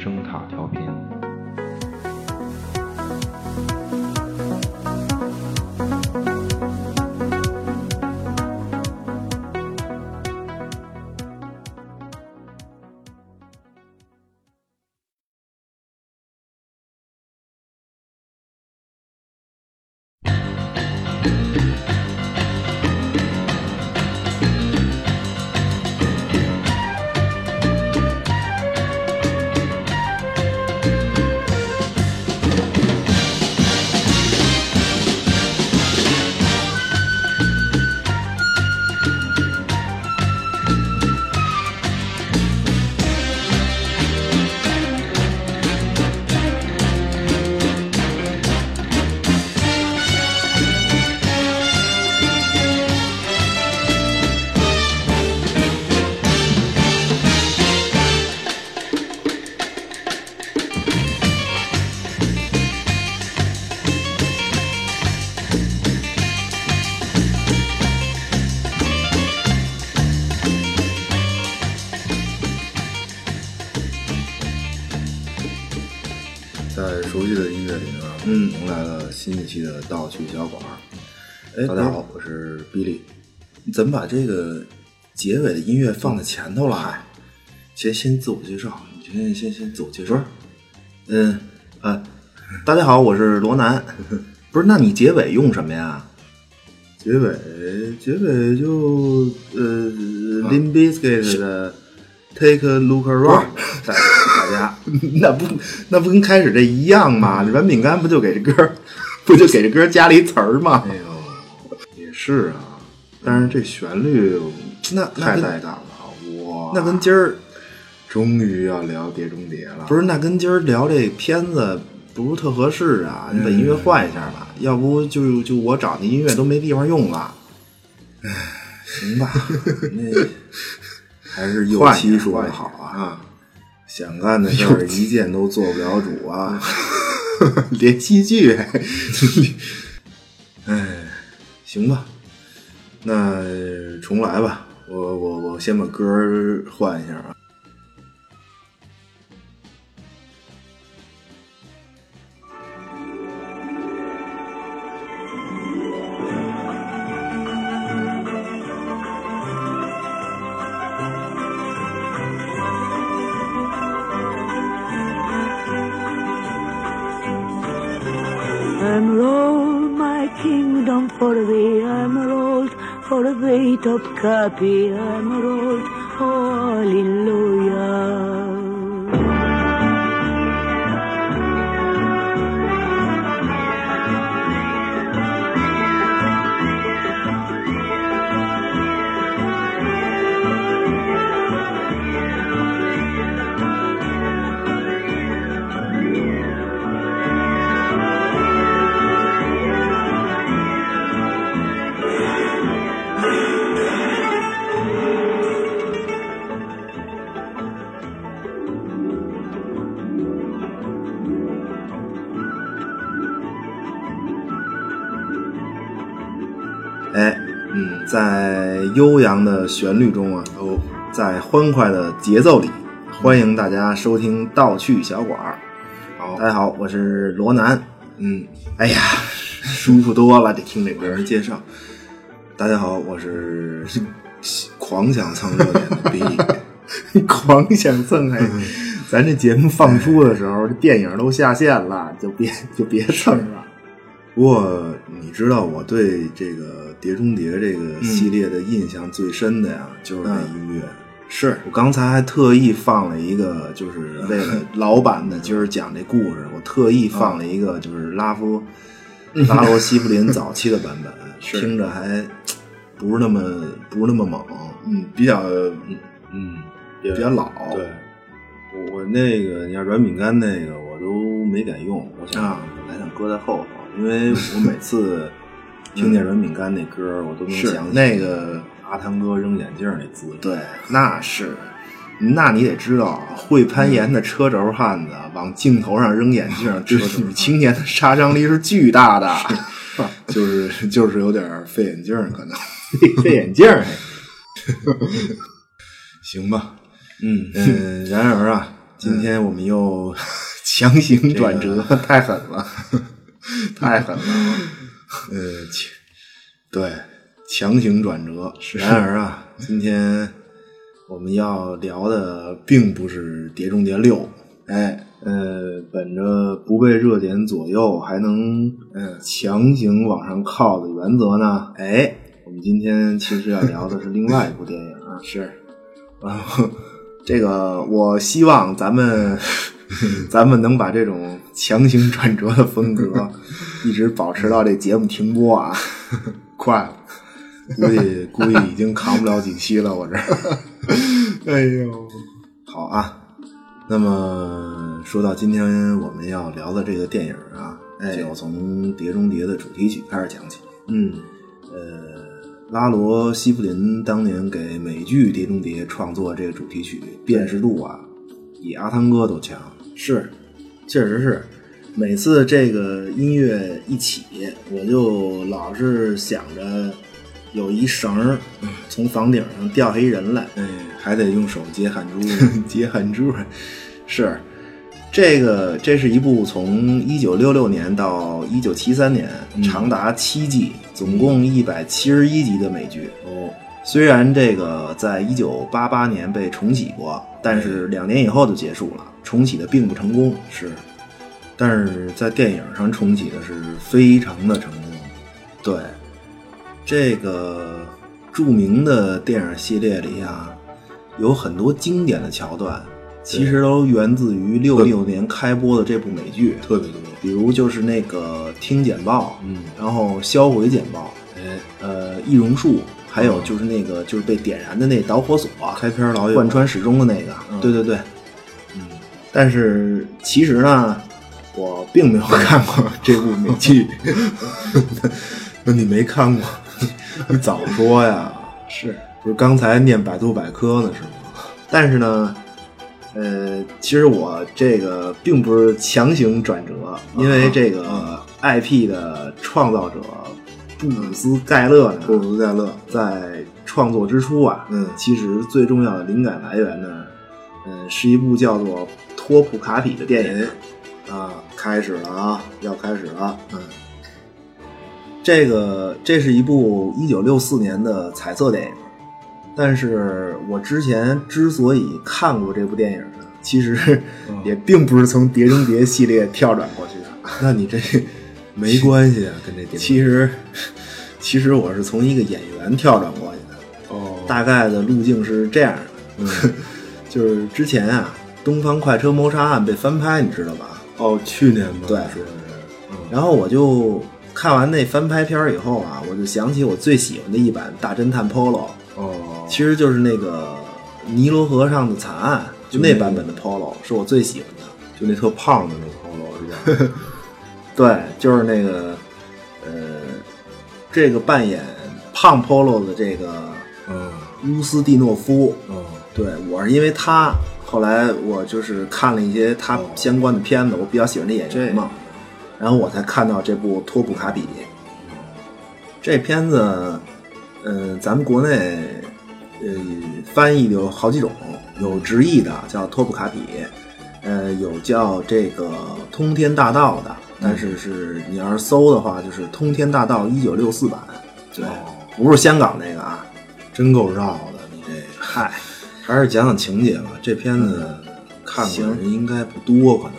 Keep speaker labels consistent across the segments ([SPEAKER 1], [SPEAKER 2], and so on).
[SPEAKER 1] 声塔调频。
[SPEAKER 2] 在熟悉的音乐里面，
[SPEAKER 3] 嗯
[SPEAKER 2] 迎来了新一期的盗趣小馆儿。
[SPEAKER 3] 哎，
[SPEAKER 2] 大
[SPEAKER 3] 不
[SPEAKER 2] 家
[SPEAKER 3] 是
[SPEAKER 2] 好，我是比利。
[SPEAKER 3] 你怎么把这个结尾的音乐放在前头了？
[SPEAKER 2] 啊
[SPEAKER 3] 还先先自我介绍，你先先先自我介绍。嗯啊，大家好，我是罗南。 不是，那你结尾用什么呀？
[SPEAKER 2] 结尾，结尾就呃、l
[SPEAKER 3] 啊
[SPEAKER 2] i m b i s c u i t 的 Take a Look Around，带给大家。
[SPEAKER 3] 那不那不跟开始这一样吗？软饼干不就给这歌， 不就给这歌加了一词儿吗？
[SPEAKER 2] 哎呦，也是啊，但是这旋律
[SPEAKER 3] 嗯那那
[SPEAKER 2] 太
[SPEAKER 3] 跟
[SPEAKER 2] 带感了，哇！
[SPEAKER 3] 那跟今儿
[SPEAKER 2] 终于要聊《碟中谍》了，
[SPEAKER 3] 不是，那跟今儿聊这片子不是特合适啊，你把音乐换一下吧，要不就就我找那音乐都没地方用了。唉，行吧，那还是右
[SPEAKER 2] 换
[SPEAKER 3] 期
[SPEAKER 2] 一
[SPEAKER 3] 说
[SPEAKER 2] 换
[SPEAKER 3] 的
[SPEAKER 2] 一
[SPEAKER 3] 好啊，
[SPEAKER 2] 啊！
[SPEAKER 3] 想干的事儿一件都做不了 主啊，连续剧， 唉，哎行吧，那重来吧，我我我先把歌儿换一下啊。
[SPEAKER 4] Emerald, my kingdom for thee, emerald, for thee top copy, emerald, hallelujah.
[SPEAKER 3] 哎，嗯，在悠扬的旋律中啊，哦，在欢快的节奏里，欢迎大家收听道趣小馆儿。
[SPEAKER 2] 好
[SPEAKER 3] 大家好，我是罗南。
[SPEAKER 2] 嗯，
[SPEAKER 3] 哎呀，舒服多了，得听这歌介绍。大家好，我是
[SPEAKER 2] 狂想蹭热点的嗯比利，
[SPEAKER 3] 狂想蹭哎。咱这节目放出的时候，这电影都下线了，就别就别蹭了。
[SPEAKER 2] 不过你知道我对这个《碟中谍》这个系列的印象最深的
[SPEAKER 3] 嗯
[SPEAKER 2] 呀，就是那音乐。
[SPEAKER 3] 是
[SPEAKER 2] 我刚才还特意放了一个，就是为了 老板的今儿讲这故事，我特意放了一个就是拉夫、拉罗西夫林早期的版 本，
[SPEAKER 3] 是
[SPEAKER 2] 听着还不是那么不是那么猛，
[SPEAKER 3] 嗯，比较
[SPEAKER 2] 嗯，
[SPEAKER 3] 也
[SPEAKER 2] 比较老。
[SPEAKER 3] 对，
[SPEAKER 2] 我我那个你像软饼干那个我都没敢用，我想、
[SPEAKER 3] 啊
[SPEAKER 2] 本来想搁在后头，因为我每 次听见软饼干那歌，我都能
[SPEAKER 3] 嗯是
[SPEAKER 2] 想起
[SPEAKER 3] 那个
[SPEAKER 2] 阿汤哥扔眼镜那姿势。
[SPEAKER 3] 对，那是，那你得知道，会攀岩的车轴汉子往镜头上扔眼 镜，对女青年的杀伤力是巨大的。
[SPEAKER 2] 就是就是有点费眼镜儿，可能
[SPEAKER 3] 费眼镜儿，
[SPEAKER 2] 行吧。
[SPEAKER 3] 嗯，
[SPEAKER 2] 嗯，然而啊，今天我们 又强行转折， 太狠了，太狠了。呃，切对，强行转折。然而啊，今天我们要聊的并不是《碟中谍六》，哎，呃，本着不被热点左右，还能呃强行往上靠的原则呢，哎，我们今天其实要聊的是另外一部电影 啊，
[SPEAKER 3] 是
[SPEAKER 2] 然后这个我希望咱 们咱们能把这种强行转折的风格一直保持到这节目停播 啊，快了，估计估计已经扛不了几期了，我这。
[SPEAKER 3] 哎呦，
[SPEAKER 2] 好啊，那么说到今天我们要聊的这个电影啊，
[SPEAKER 3] 哎
[SPEAKER 2] 就要从《碟中谍》的主题曲开始讲起。
[SPEAKER 3] 嗯，
[SPEAKER 2] 呃拉罗西弗林当年给美剧《碟中谍》创作这个主题曲，辨识度啊，比阿汤哥都强。
[SPEAKER 3] 是，
[SPEAKER 2] 确实是，每次这个音乐一起，我就老是想着有一绳儿从房顶上掉下一人来，
[SPEAKER 3] 哎，
[SPEAKER 2] 嗯还得用手接汗珠， 接汗珠，是。这个这是一部从一九六六年到一九七三年，长达七季，总共一百七十一集的美剧。
[SPEAKER 3] 哦，
[SPEAKER 2] 虽然这个在一九八八年被重启过，但是两年以后就结束了，重启的并不成功。
[SPEAKER 3] 嗯是，
[SPEAKER 2] 但是在电影上重启的是非常的成功。对，这个著名的电影系列里啊，有很多经典的桥段，其实都源自于六六年开播的这部美剧，
[SPEAKER 3] 特别多，
[SPEAKER 2] 比如就是那个听简报，
[SPEAKER 3] 嗯，
[SPEAKER 2] 然后销毁简报，
[SPEAKER 3] 哎，
[SPEAKER 2] 呃，易容术，还有就是那个就是被点燃的那导火索，
[SPEAKER 3] 开篇老有
[SPEAKER 2] 贯穿始终的那个，
[SPEAKER 3] 嗯
[SPEAKER 2] 对对对，
[SPEAKER 3] 嗯，
[SPEAKER 2] 但是其实呢，我哦并没有看 过这部美剧。
[SPEAKER 3] 那你没看过？
[SPEAKER 2] 你早说呀！
[SPEAKER 3] 是，
[SPEAKER 2] 不是刚才念百度百科呢是吗？但是呢，呃，其实我这个并不是强行转折，因
[SPEAKER 3] 啊
[SPEAKER 2] 为这个 IP 的创造者布鲁斯·盖勒呢，
[SPEAKER 3] 布鲁斯盖勒，
[SPEAKER 2] 呃在创作之初啊，
[SPEAKER 3] 嗯
[SPEAKER 2] 其实最重要的灵感来源呢，嗯，是一部叫做《托普卡比》的电影。啊，开始了啊，要开始了。
[SPEAKER 3] 嗯，
[SPEAKER 2] 这个这是一部一九六四年的彩色电影，但是我之前之所以看过这部电影呢，其实
[SPEAKER 3] 嗯
[SPEAKER 2] 也并不是从《碟中谍》系列跳转过去 的。
[SPEAKER 3] 那你这没关系啊，跟这电影
[SPEAKER 2] 其实，其实我是从一个演员跳转过去的。
[SPEAKER 3] 哦 嗯
[SPEAKER 2] 大概的路径是这样的，就是之前啊，《东方快车谋杀案》被翻拍，你知道吧？
[SPEAKER 3] 哦，去年吧，
[SPEAKER 2] 对
[SPEAKER 3] 说的是，嗯，
[SPEAKER 2] 然后我就看完那翻拍片儿以后啊，我就想起我最喜欢的一版《大侦探 Polo》，
[SPEAKER 3] 哦，
[SPEAKER 2] 其实就是那个尼罗河上的惨案，就那版本
[SPEAKER 3] 嗯
[SPEAKER 2] 的 Polo 是我最喜欢的。
[SPEAKER 3] 就那特胖的那个 Polo 是吧？
[SPEAKER 2] 对，就是那个，呃，这个扮演胖 Polo 的这个
[SPEAKER 3] 嗯
[SPEAKER 2] 乌斯蒂诺夫，
[SPEAKER 3] 嗯，
[SPEAKER 2] 对我是因为他，后来我就是看了一些他相关的片子，我比较喜欢这演员嘛，然后我才看到这部《托普卡比》。这片子，呃，咱们国内呃翻译有好几种，有直译的叫《托普卡比》，呃，有叫这个《通天大道》的，但是
[SPEAKER 3] 嗯
[SPEAKER 2] 是你要是搜的话，就是《通天大道》一九六四版，对，
[SPEAKER 3] 哦
[SPEAKER 2] 不是香港那个啊。
[SPEAKER 3] 真够绕的，你这个
[SPEAKER 2] 嗨，
[SPEAKER 3] 还是讲讲情节吧。这片子看过的人应该不多，可能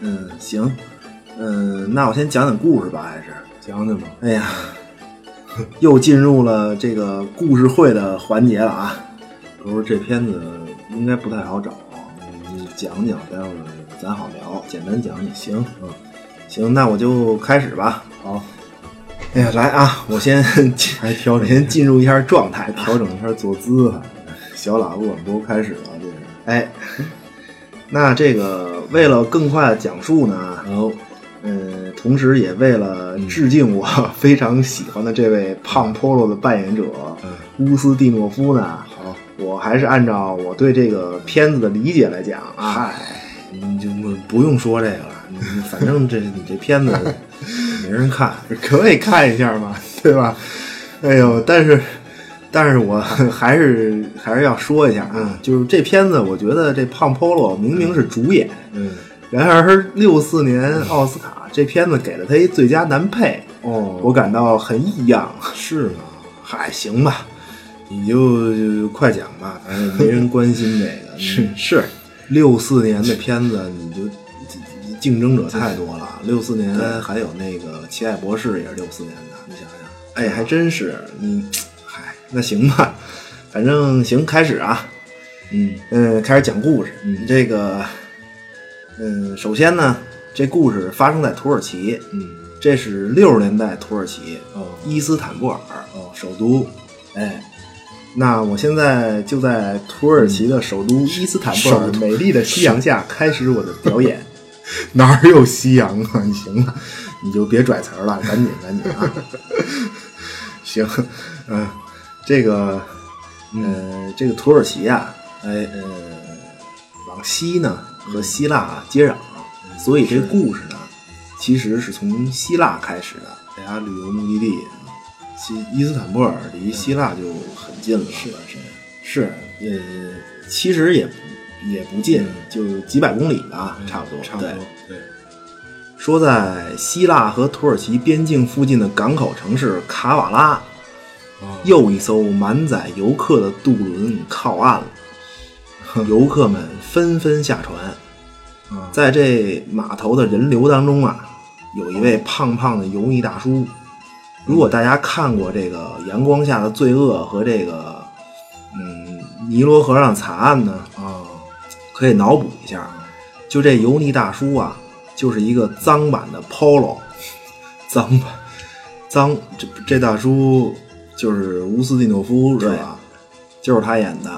[SPEAKER 2] 嗯，行，嗯，那我先讲讲故事吧，还是，
[SPEAKER 3] 讲讲吧。
[SPEAKER 2] 哎呀，又进入了这个故事会的环节了啊。
[SPEAKER 3] 我说这片子
[SPEAKER 2] 应该不太好找，啊你讲讲，待会儿咱好聊，简单讲也行。嗯，行，那我就开始吧。
[SPEAKER 3] 好，
[SPEAKER 2] 哎呀，来啊，我先进
[SPEAKER 3] 还调整
[SPEAKER 2] 先进入一下状态啊，
[SPEAKER 3] 调整一下坐姿还。
[SPEAKER 2] 小喇叭广播开始了，这是。哎，那这个为了更快的讲述呢，
[SPEAKER 3] 然后
[SPEAKER 2] 嗯，同时也为了
[SPEAKER 3] 嗯
[SPEAKER 2] 致敬我 非常喜欢的这位胖 Polo 的扮演者、
[SPEAKER 3] 嗯
[SPEAKER 2] 乌斯蒂诺夫呢，
[SPEAKER 3] 好，
[SPEAKER 2] 我还是按照我对这个片子的理解来讲啊，
[SPEAKER 3] 你就不用说这个了，
[SPEAKER 2] 嗯反正这你这片 子没人看，
[SPEAKER 3] 可以看一下嘛。
[SPEAKER 2] 对吧？哎呦，但是但是我 还是还是要说一下啊，就是这片子，我觉得这胖 Polo 明明是主演，
[SPEAKER 3] 嗯，
[SPEAKER 2] 然而六四年奥斯卡这片子给了他一最佳男配，
[SPEAKER 3] 哦，
[SPEAKER 2] 我感到很异样。
[SPEAKER 3] 是啊吗？
[SPEAKER 2] 嗨，行吧，你就就快讲 吧，反正也没人关心这个。是
[SPEAKER 3] 是，
[SPEAKER 2] 六四年的片子，你就竞争者太多了。六四年还有那个《奇爱博士》也是六四年的，你想想，哎，还真是你，嗨，那行吧，反正行，开始啊，
[SPEAKER 3] 嗯
[SPEAKER 2] 嗯，开始讲故事。
[SPEAKER 3] 嗯
[SPEAKER 2] 这个，嗯，首先呢，这故事发生在土耳其，
[SPEAKER 3] 嗯，
[SPEAKER 2] 这是六十年代土耳其，
[SPEAKER 3] 哦
[SPEAKER 2] 伊斯坦布尔，哦，首都，哎，那我现在就在土耳其的首都伊斯坦布尔
[SPEAKER 3] 首都
[SPEAKER 2] 美丽的夕阳下开始我的表演。
[SPEAKER 3] 哪儿有夕阳啊？
[SPEAKER 2] 你行了，你就别拽词儿了，赶紧赶紧啊！行，嗯、这个，呃，这个土耳其啊，哎呃，往西呢
[SPEAKER 3] 嗯
[SPEAKER 2] 和希腊、啊、接壤，所以这故事呢，其实是从希腊开始的。大家旅游目的地，西伊斯坦布尔
[SPEAKER 3] 嗯
[SPEAKER 2] 离希腊就很近了，是是是，呃，其实也不也不近，就几百公里吧，差不多，
[SPEAKER 3] 嗯差不多
[SPEAKER 2] 对，
[SPEAKER 3] 对，
[SPEAKER 2] 说在希腊和土耳其边境附近的港口城市卡瓦拉，
[SPEAKER 3] 哦
[SPEAKER 2] 又一艘满载游客的渡轮靠岸了， 游客们纷纷下船。
[SPEAKER 3] 嗯
[SPEAKER 2] 在这码头的人流当中啊，有一位胖胖的油腻大叔。如果大家看过这个《阳光下的罪恶》和这个嗯《尼罗河上惨案》呢，
[SPEAKER 3] 哦，
[SPEAKER 2] 可以脑补一下，啊就这油腻大叔啊，就是一个脏版的 Polo，脏版，脏这这大叔就是乌斯蒂诺夫是吧？就是他演的，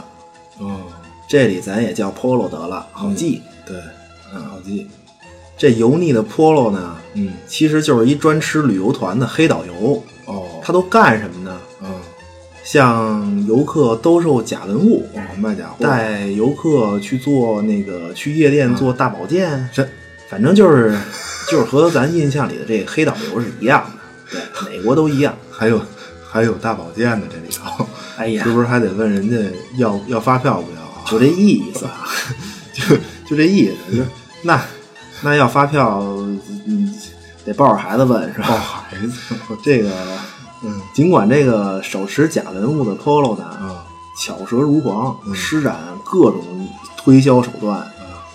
[SPEAKER 3] 哦，
[SPEAKER 2] 这里咱也叫 Polo 得了，好记，
[SPEAKER 3] 对，
[SPEAKER 2] 嗯，好记。这油腻的 Polo 呢，
[SPEAKER 3] 嗯，
[SPEAKER 2] 其实就是一专吃旅游团的黑导游，
[SPEAKER 3] 哦，
[SPEAKER 2] 他都干什么呢？
[SPEAKER 3] 嗯，
[SPEAKER 2] 向游客兜售假文物，
[SPEAKER 3] 卖假货，
[SPEAKER 2] 带游客去做那个去夜
[SPEAKER 3] 啊
[SPEAKER 2] 店做大保健，这、反正就是 就是和咱印象里的这个黑导游是一样的，对，美国都一样。
[SPEAKER 3] 还有还有大保健呢，这里头，
[SPEAKER 2] 哎呀
[SPEAKER 3] 是不是还得问人家要要发票不要啊？
[SPEAKER 2] 就这意思 啊，就就这意思，就那那要发票，嗯，得抱着孩子问是吧？
[SPEAKER 3] 抱孩 子，
[SPEAKER 2] 这个，
[SPEAKER 3] 嗯，
[SPEAKER 2] 尽管这个手持假文物的 Polo 呢，
[SPEAKER 3] 啊，
[SPEAKER 2] 巧舌如簧，
[SPEAKER 3] 嗯
[SPEAKER 2] 施展各种推销手段，
[SPEAKER 3] 啊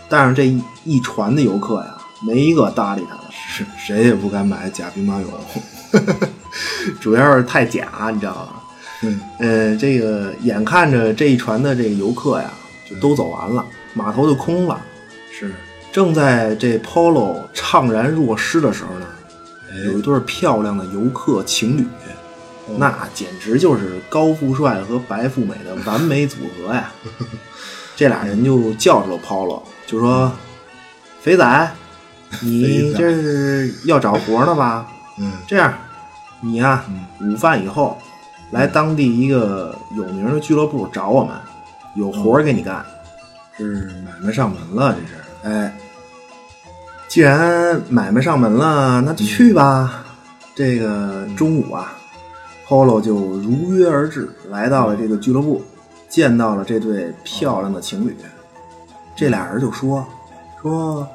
[SPEAKER 2] 但是这一一船的游客呀，没一个搭理他的，
[SPEAKER 3] 是谁也不敢买假兵马俑，
[SPEAKER 2] 主要是太假，你知道吧？
[SPEAKER 3] 嗯，
[SPEAKER 2] 呃，这个眼看着这一船的这个游客呀，就都走完了，码头就空了。
[SPEAKER 3] 是，
[SPEAKER 2] 正在这 Polo 怅然若失的时候呢，
[SPEAKER 3] 哎
[SPEAKER 2] 有一对漂亮的游客情侣，
[SPEAKER 3] 哦
[SPEAKER 2] 那简直就是高富帅和白富美的完美组合 呀！这俩人就叫住了 Polo，就说：“肥 仔，你
[SPEAKER 3] 嗯肥仔
[SPEAKER 2] 这是要找活呢吧？
[SPEAKER 3] 嗯，
[SPEAKER 2] 这样，你呀、午饭以后来当地一个有名的俱乐部找我们，有活儿给你干。
[SPEAKER 3] 是买卖上门了，这是，
[SPEAKER 2] 哎，既然买卖上门了，那就去吧。这个中午啊，Polo 就如约而至，来到了这个俱乐部，见到了这对漂亮的情侣。这俩人就说说，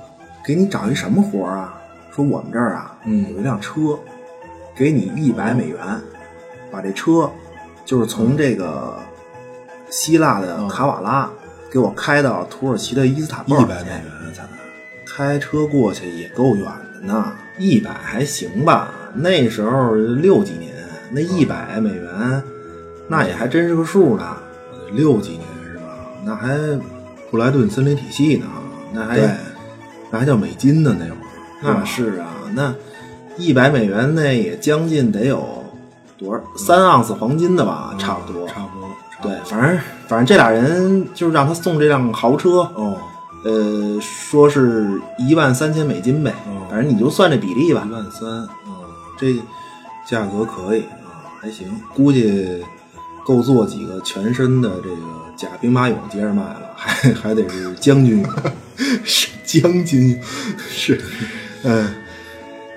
[SPEAKER 2] 给你找一什么活儿啊？说我们这儿啊，
[SPEAKER 3] 嗯
[SPEAKER 2] 有一辆车，给你一百美元，把这车就是从这个希腊的卡瓦拉给我开到土耳其的伊斯坦布尔
[SPEAKER 3] 嗯一
[SPEAKER 2] 去，
[SPEAKER 3] 百美啊元才能，
[SPEAKER 2] 开车过去也够远的呢，一百还行吧？那时候六几年，那
[SPEAKER 3] 嗯
[SPEAKER 2] 一百美元，那也还真是个数呢。
[SPEAKER 3] 六几年是吧？
[SPEAKER 2] 那还布莱顿森林体系呢，那还
[SPEAKER 3] 对嗯那还叫美金呢，那会儿，
[SPEAKER 2] 那是啊，那一百美元那也将近得有多少三盎司黄金的吧，嗯差不多。
[SPEAKER 3] 差不多，
[SPEAKER 2] 对，反正反正这俩人就是让他送这辆豪车，
[SPEAKER 3] 哦，
[SPEAKER 2] 呃，说是一万三千美金呗，
[SPEAKER 3] 哦
[SPEAKER 2] 反正你就算这比例吧
[SPEAKER 3] 一。万三，嗯，
[SPEAKER 2] 哦这
[SPEAKER 3] 价格可以啊，还行，
[SPEAKER 2] 估计够做几个全身的这个假兵马俑接着卖了，还还得是将军俑， 是将军，是，嗯，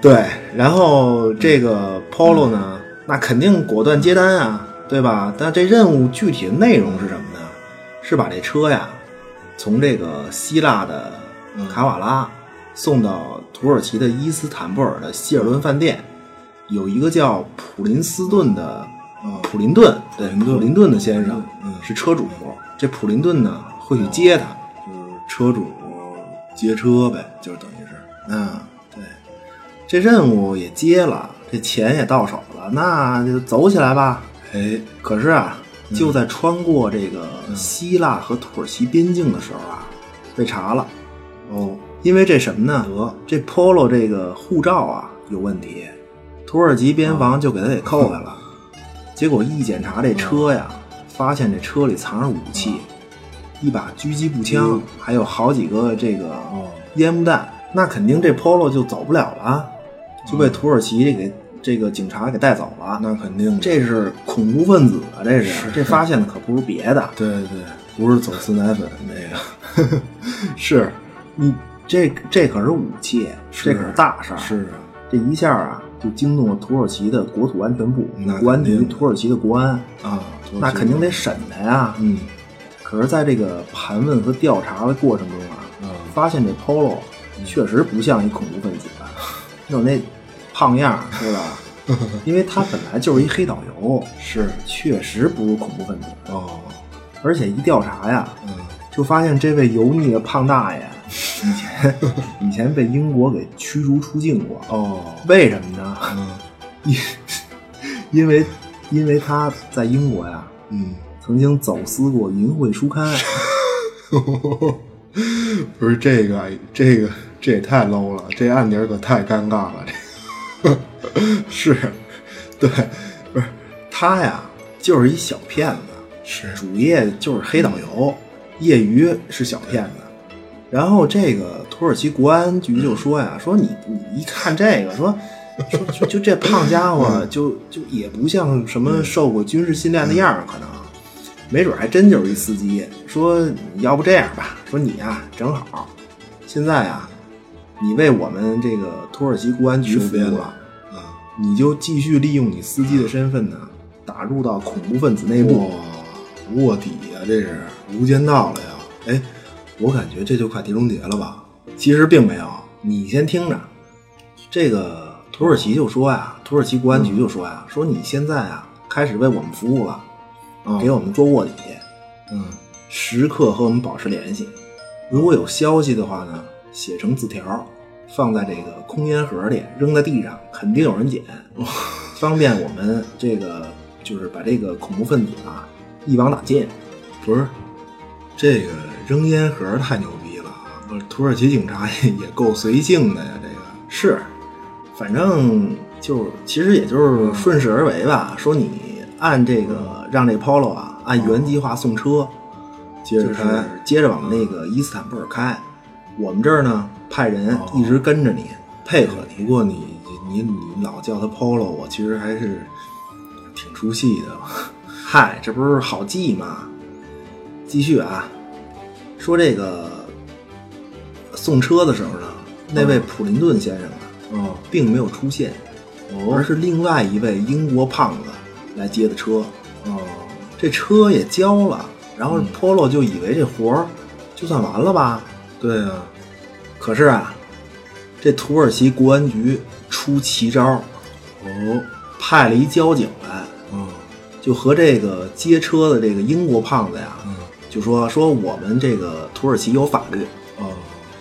[SPEAKER 2] 对。然后这个 Polo 呢，那肯定果断接单啊，
[SPEAKER 3] 对吧？但这任务具体的内容是什么呢？是把这车呀，从这个希腊的卡瓦拉送到土耳其的伊斯坦布尔的希尔顿饭店，有一个叫普林斯顿的普林顿，对，嗯普林顿的嗯先生是车主，这普林顿呢会去接他，车主
[SPEAKER 2] 接车呗，就是等于是，
[SPEAKER 3] 嗯，对，这任务也接了，这钱也到手了，那就走起来吧。
[SPEAKER 2] 哎，嗯
[SPEAKER 3] 可是啊，就在穿过这个希腊和土耳其边境的时候啊，被查了，
[SPEAKER 2] 哦，
[SPEAKER 3] 因为这什么呢？得这 Polo 这个护照啊有问题，土耳其
[SPEAKER 2] 哦
[SPEAKER 3] 边防就给他给扣 下了。结果一检查这车
[SPEAKER 2] 哦
[SPEAKER 3] 呀，发现这车里藏着武器，一把狙击步
[SPEAKER 2] 嗯
[SPEAKER 3] 枪，还有好几个这个
[SPEAKER 2] 哦
[SPEAKER 3] 烟幕弹。那肯定这 Polo 就走不了了，就被土耳其给这个警察给带走了。
[SPEAKER 2] 嗯
[SPEAKER 3] 啊
[SPEAKER 2] 那肯定的，
[SPEAKER 3] 这是恐怖分子啊！这是这发现的可不是别的，
[SPEAKER 2] 对对，
[SPEAKER 3] 不是走私奶粉那个， 是你这这可是武器，这可是大事儿。
[SPEAKER 2] 是啊，
[SPEAKER 3] 这一下啊，就惊动了土耳其的国土安全部
[SPEAKER 2] 那肯定、
[SPEAKER 3] 国安局、土耳其的国安，
[SPEAKER 2] 啊，
[SPEAKER 3] 那肯定得审他呀。
[SPEAKER 2] 嗯，
[SPEAKER 3] 可是，在这个盘问和调查的过程中啊，
[SPEAKER 2] 嗯
[SPEAKER 3] 发现这 Polo 确实不像一恐怖分子，有那胖样儿是吧？因为他本来就是一黑导游，
[SPEAKER 2] 是，
[SPEAKER 3] 确实不是恐怖分子。
[SPEAKER 2] 哦，
[SPEAKER 3] 而且一调查呀，
[SPEAKER 2] 嗯，
[SPEAKER 3] 就发现这位油腻的胖大爷以前以前被英国给驱逐出境过。
[SPEAKER 2] 哦，
[SPEAKER 3] 为什么呢？
[SPEAKER 2] 嗯
[SPEAKER 3] 因因为因为他在英国呀，
[SPEAKER 2] 嗯，
[SPEAKER 3] 曾经走私过《淫秽书刊》
[SPEAKER 2] 不是这个，这个这也太 low 了，这案底儿可太尴尬了，这个 是，对，不是
[SPEAKER 3] 他呀就是一小骗子，
[SPEAKER 2] 是
[SPEAKER 3] 主业就是黑导游，业余是小骗子。然后这个土耳其国安局就说 呀，说你你一看这个，说说就就这胖家
[SPEAKER 2] 嗯
[SPEAKER 3] 伙，就就也不像什么受过军事训练的样儿，可能没准还真就是一司机。说你要不这样吧，说你呀、正好现在啊，你为我们这个土耳其国安局
[SPEAKER 2] 收
[SPEAKER 3] 服
[SPEAKER 2] 编
[SPEAKER 3] 务了
[SPEAKER 2] 了。啊，
[SPEAKER 3] 你就继续利用你司机的身份呢，打入到恐怖分子内部。
[SPEAKER 2] 哇，卧底
[SPEAKER 3] 啊
[SPEAKER 2] 呀、这是无间道了呀，
[SPEAKER 3] 哎，我感觉这就快碟中谍了吧？其实并没有，你先听着。这个土耳其就说呀，土耳其国安局就说呀，说你现在啊开始为我们服务了，
[SPEAKER 2] 啊，
[SPEAKER 3] 给我们做卧底，
[SPEAKER 2] 嗯，
[SPEAKER 3] 时刻和我们保持联系。如果有消息的话呢，写成字条，放在这个空烟盒里，扔在地上，肯定有人捡，方便我们这个就是把这个恐怖分子啊一网打尽。
[SPEAKER 2] 不是，这个扔烟盒太牛逼了啊，不是土耳其警察也也够随性的呀，这个。
[SPEAKER 3] 是，反正就是其实也就是顺势而为吧。
[SPEAKER 2] 嗯
[SPEAKER 3] 说你按这个让这 Polo 啊按原计划送车，
[SPEAKER 2] 嗯接着
[SPEAKER 3] 就是
[SPEAKER 2] 开
[SPEAKER 3] 接着往那个伊斯坦布尔开。我们这儿呢派人一直跟着你，配合你。
[SPEAKER 2] 不过你你你老叫他 Polo，我其实还是挺出戏的。
[SPEAKER 3] 嗨，这不是好记吗？继续啊，说这个送车的时候呢，那位普林顿先生啊，
[SPEAKER 2] 嗯，
[SPEAKER 3] 并没有出现，而是另外一位英国胖子来接的车。
[SPEAKER 2] 哦，
[SPEAKER 3] 这车也交了，然后 Polo 就以为这活儿就算完了吧。
[SPEAKER 2] 对啊，
[SPEAKER 3] 可是啊，这土耳其国安局出奇招，哦，派了一交警来，
[SPEAKER 2] 嗯
[SPEAKER 3] 就和这个接车的这个英国胖子呀，
[SPEAKER 2] 嗯
[SPEAKER 3] 就说说我们这个土耳其有法律，
[SPEAKER 2] 哦，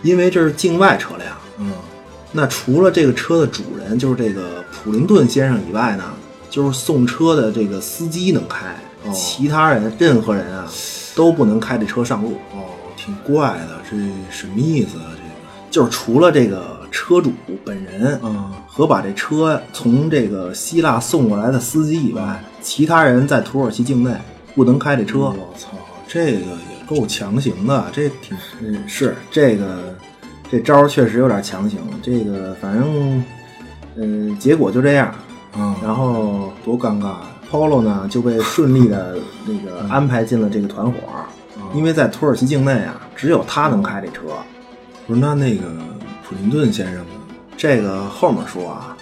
[SPEAKER 3] 因为这是境外车辆，
[SPEAKER 2] 嗯
[SPEAKER 3] 那除了这个车的主人就是这个普林顿先生以外呢，就是送车的这个司机能开，
[SPEAKER 2] 哦
[SPEAKER 3] 其他人任何人啊都不能开这车上路。
[SPEAKER 2] 哦，挺怪的，这什么意思啊？
[SPEAKER 3] 就是除了这个车主本人
[SPEAKER 2] 这个，嗯
[SPEAKER 3] 和把这车从这个希腊送过来的司机以外，其他人在土耳其境内不能开这车。
[SPEAKER 2] 我操，这个也够强行的，这挺
[SPEAKER 3] 嗯，是这个这招儿确实有点强行，这个反正嗯、结果就这样。
[SPEAKER 2] 嗯
[SPEAKER 3] 然后多尴尬呀！Polo 呢就被顺利的那个安排进了这个团伙，因为在土耳其境内啊，只有他能开这车。
[SPEAKER 2] 不是那那个普林顿先生呢？
[SPEAKER 3] 这个后面说啊，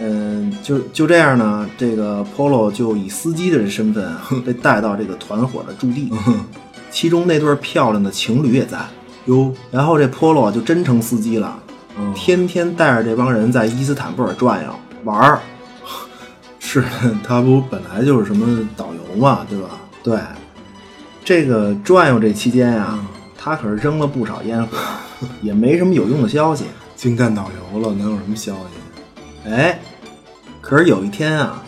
[SPEAKER 2] 嗯，就就这样呢，这个 Polo 就以司机的身份 啊被带到这个团伙的驻地，
[SPEAKER 3] 嗯
[SPEAKER 2] 其中那对漂亮的情侣也在。
[SPEAKER 3] 哟，
[SPEAKER 2] 然后这 Polo 就真成司机了，
[SPEAKER 3] 嗯
[SPEAKER 2] 天天带着这帮人在伊斯坦布尔转悠玩儿。
[SPEAKER 3] 是 他不本来就是什么导游嘛，对吧？
[SPEAKER 2] 对，这个转悠这期间啊，
[SPEAKER 3] 嗯
[SPEAKER 2] 他可是扔了不少烟火， 也没什么有用的消息。
[SPEAKER 3] 净干导游了，能有什么消息？
[SPEAKER 2] 哎，可是有一天啊，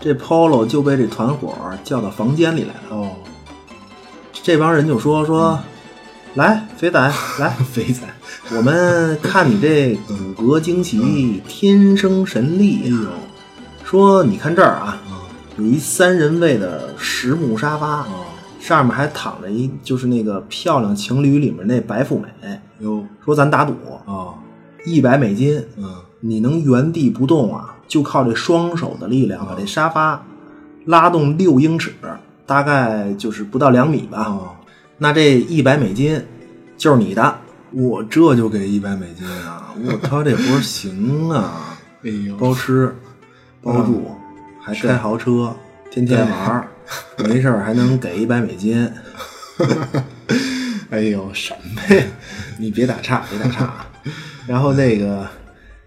[SPEAKER 2] 这 Polo 就被这团伙叫到房间里来了。
[SPEAKER 3] 哦，嗯
[SPEAKER 2] 这帮人就说说，来，肥仔，来，
[SPEAKER 3] 肥仔，
[SPEAKER 2] 我们看你这骨骼惊
[SPEAKER 3] 嗯
[SPEAKER 2] 奇，天生神
[SPEAKER 3] 哎
[SPEAKER 2] 力、啊。说你看这儿啊，
[SPEAKER 3] 嗯
[SPEAKER 2] 有一三人位的实木沙发，
[SPEAKER 3] 哦
[SPEAKER 2] 上面还躺着一就是那个漂亮情侣里面那白富美。
[SPEAKER 3] 哟，
[SPEAKER 2] 说咱打赌，
[SPEAKER 3] 啊，
[SPEAKER 2] 一百美金，
[SPEAKER 3] 嗯，
[SPEAKER 2] 你能原地不动啊，就靠这双手的力量把这沙发拉动六英尺，大概就是不到两米吧。
[SPEAKER 3] 哦
[SPEAKER 2] 那这一百美金就是你的。
[SPEAKER 3] 我这就给一百美金啊！我他这活儿行 啊，嗯
[SPEAKER 2] 哎呦，
[SPEAKER 3] 包吃，
[SPEAKER 2] 包住，还开豪车，天天玩 儿，没事儿还能给一百美金。
[SPEAKER 3] 哎呦，什么？
[SPEAKER 2] 你别打岔，别打岔 啊。然后那个，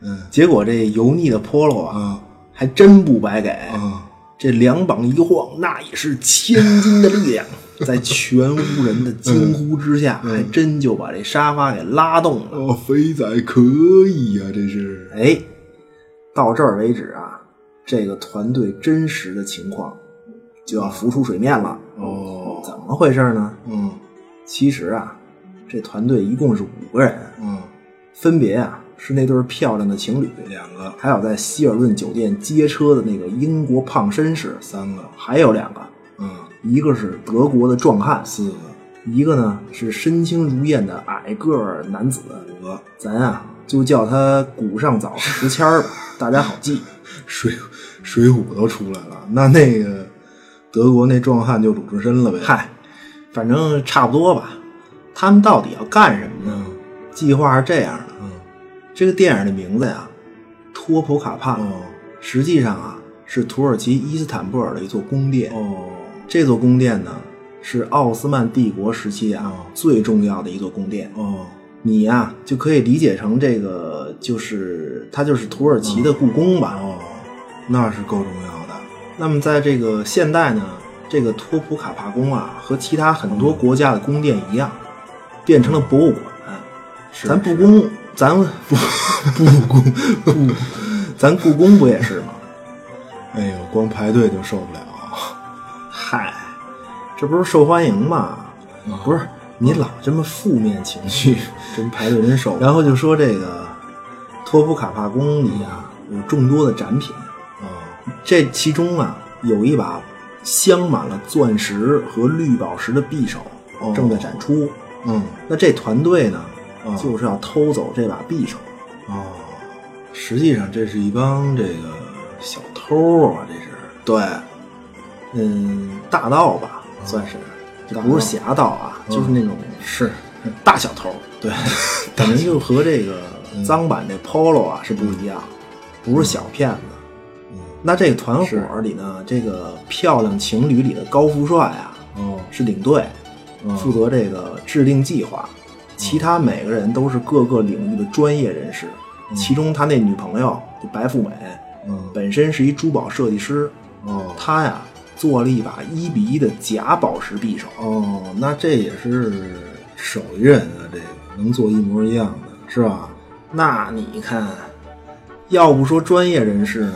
[SPEAKER 2] 嗯，结果这油腻的 Polo
[SPEAKER 3] 嗯
[SPEAKER 2] 啊，还真不白给。
[SPEAKER 3] 啊，
[SPEAKER 2] 这两膀一晃，那也是千斤的力 量，在全屋人的惊呼之下，还真就把这沙发给拉动了。
[SPEAKER 3] 嗯哦，肥仔可以呀、这是。
[SPEAKER 2] 哎，到这儿为止啊，这个团队真实的情况就要浮出水面了。
[SPEAKER 3] 哦，
[SPEAKER 2] 怎么回事呢？
[SPEAKER 3] 嗯
[SPEAKER 2] 其实啊，这团队一共是五个人，
[SPEAKER 3] 嗯，
[SPEAKER 2] 分别啊是那对漂亮的情侣，
[SPEAKER 3] 两个，
[SPEAKER 2] 还有在希尔顿酒店接车的那个英国胖绅士，
[SPEAKER 3] 三个，
[SPEAKER 2] 还有两个，
[SPEAKER 3] 嗯，
[SPEAKER 2] 一个是德国的壮汉，
[SPEAKER 3] 四个，
[SPEAKER 2] 一个呢是身轻如燕的矮个儿男子，
[SPEAKER 3] 五个，
[SPEAKER 2] 咱啊就叫他古上早时迁儿吧，大家好记。
[SPEAKER 3] 水水浒都出来了。那那个德国那壮汉就鲁智深了呗？，
[SPEAKER 2] 嗨，反正差不多吧。他们到底要干什么呢？
[SPEAKER 3] 嗯
[SPEAKER 2] 计划是这样的：
[SPEAKER 3] 嗯，
[SPEAKER 2] 这个电影的名字呀，《托普卡帕》
[SPEAKER 3] 哦
[SPEAKER 2] 实际上啊是土耳其伊斯坦布尔的一座宫殿。
[SPEAKER 3] 哦，
[SPEAKER 2] 这座宫殿呢，是奥斯曼帝国时期啊、
[SPEAKER 3] 哦
[SPEAKER 2] 最重要的一座宫殿。
[SPEAKER 3] 哦，
[SPEAKER 2] 你呀、就可以理解成这个，就是它就是土耳其的故宫吧。
[SPEAKER 3] 哦，那是够重要的。
[SPEAKER 2] 那么在这个现代呢，这个托普卡帕宫啊，和其他很多国家的宫殿一样，变成了博物馆。
[SPEAKER 3] 是
[SPEAKER 2] 咱故宫，咱 不不故不，咱故宫不也是吗？
[SPEAKER 3] 哎呦，光排队就受不了。
[SPEAKER 2] 嗨，这不是受欢迎吗？不是你老这么负面情绪，
[SPEAKER 3] 啊 真排队真受不了。
[SPEAKER 2] 然后就说这个托普卡帕宫里啊有众多的展品，
[SPEAKER 3] 哦
[SPEAKER 2] 这其中啊有一把镶满了钻石和绿宝石的匕首
[SPEAKER 3] 哦
[SPEAKER 2] 正在展出。
[SPEAKER 3] 嗯
[SPEAKER 2] 那这团队呢，
[SPEAKER 3] 哦
[SPEAKER 2] 就是要偷走这把匕首。
[SPEAKER 3] 哦，实际上这是一帮这个小偷啊，这是
[SPEAKER 2] 对，嗯，大盗吧，算是，这不是侠盗啊，就是那种
[SPEAKER 3] 是
[SPEAKER 2] 大小偷。 对，嗯反正就和这个脏版这 Polo 啊是不一样，不是小骗子。那这个团伙里呢，这个漂亮情侣里的高富帅啊
[SPEAKER 3] 哦
[SPEAKER 2] 是领队，
[SPEAKER 3] 嗯
[SPEAKER 2] 负责这个制定计划，其他每个人都是各个领域的专业人士。其中他那女朋友就白富美，
[SPEAKER 3] 嗯
[SPEAKER 2] 本身是一珠宝设计师，
[SPEAKER 3] 哦
[SPEAKER 2] 她呀做了一把一比一的假宝石匕首。
[SPEAKER 3] 哦，那这也是手艺人啊，这个能做一模一样的，是吧？
[SPEAKER 2] 那你看，要不说专业人士 呢，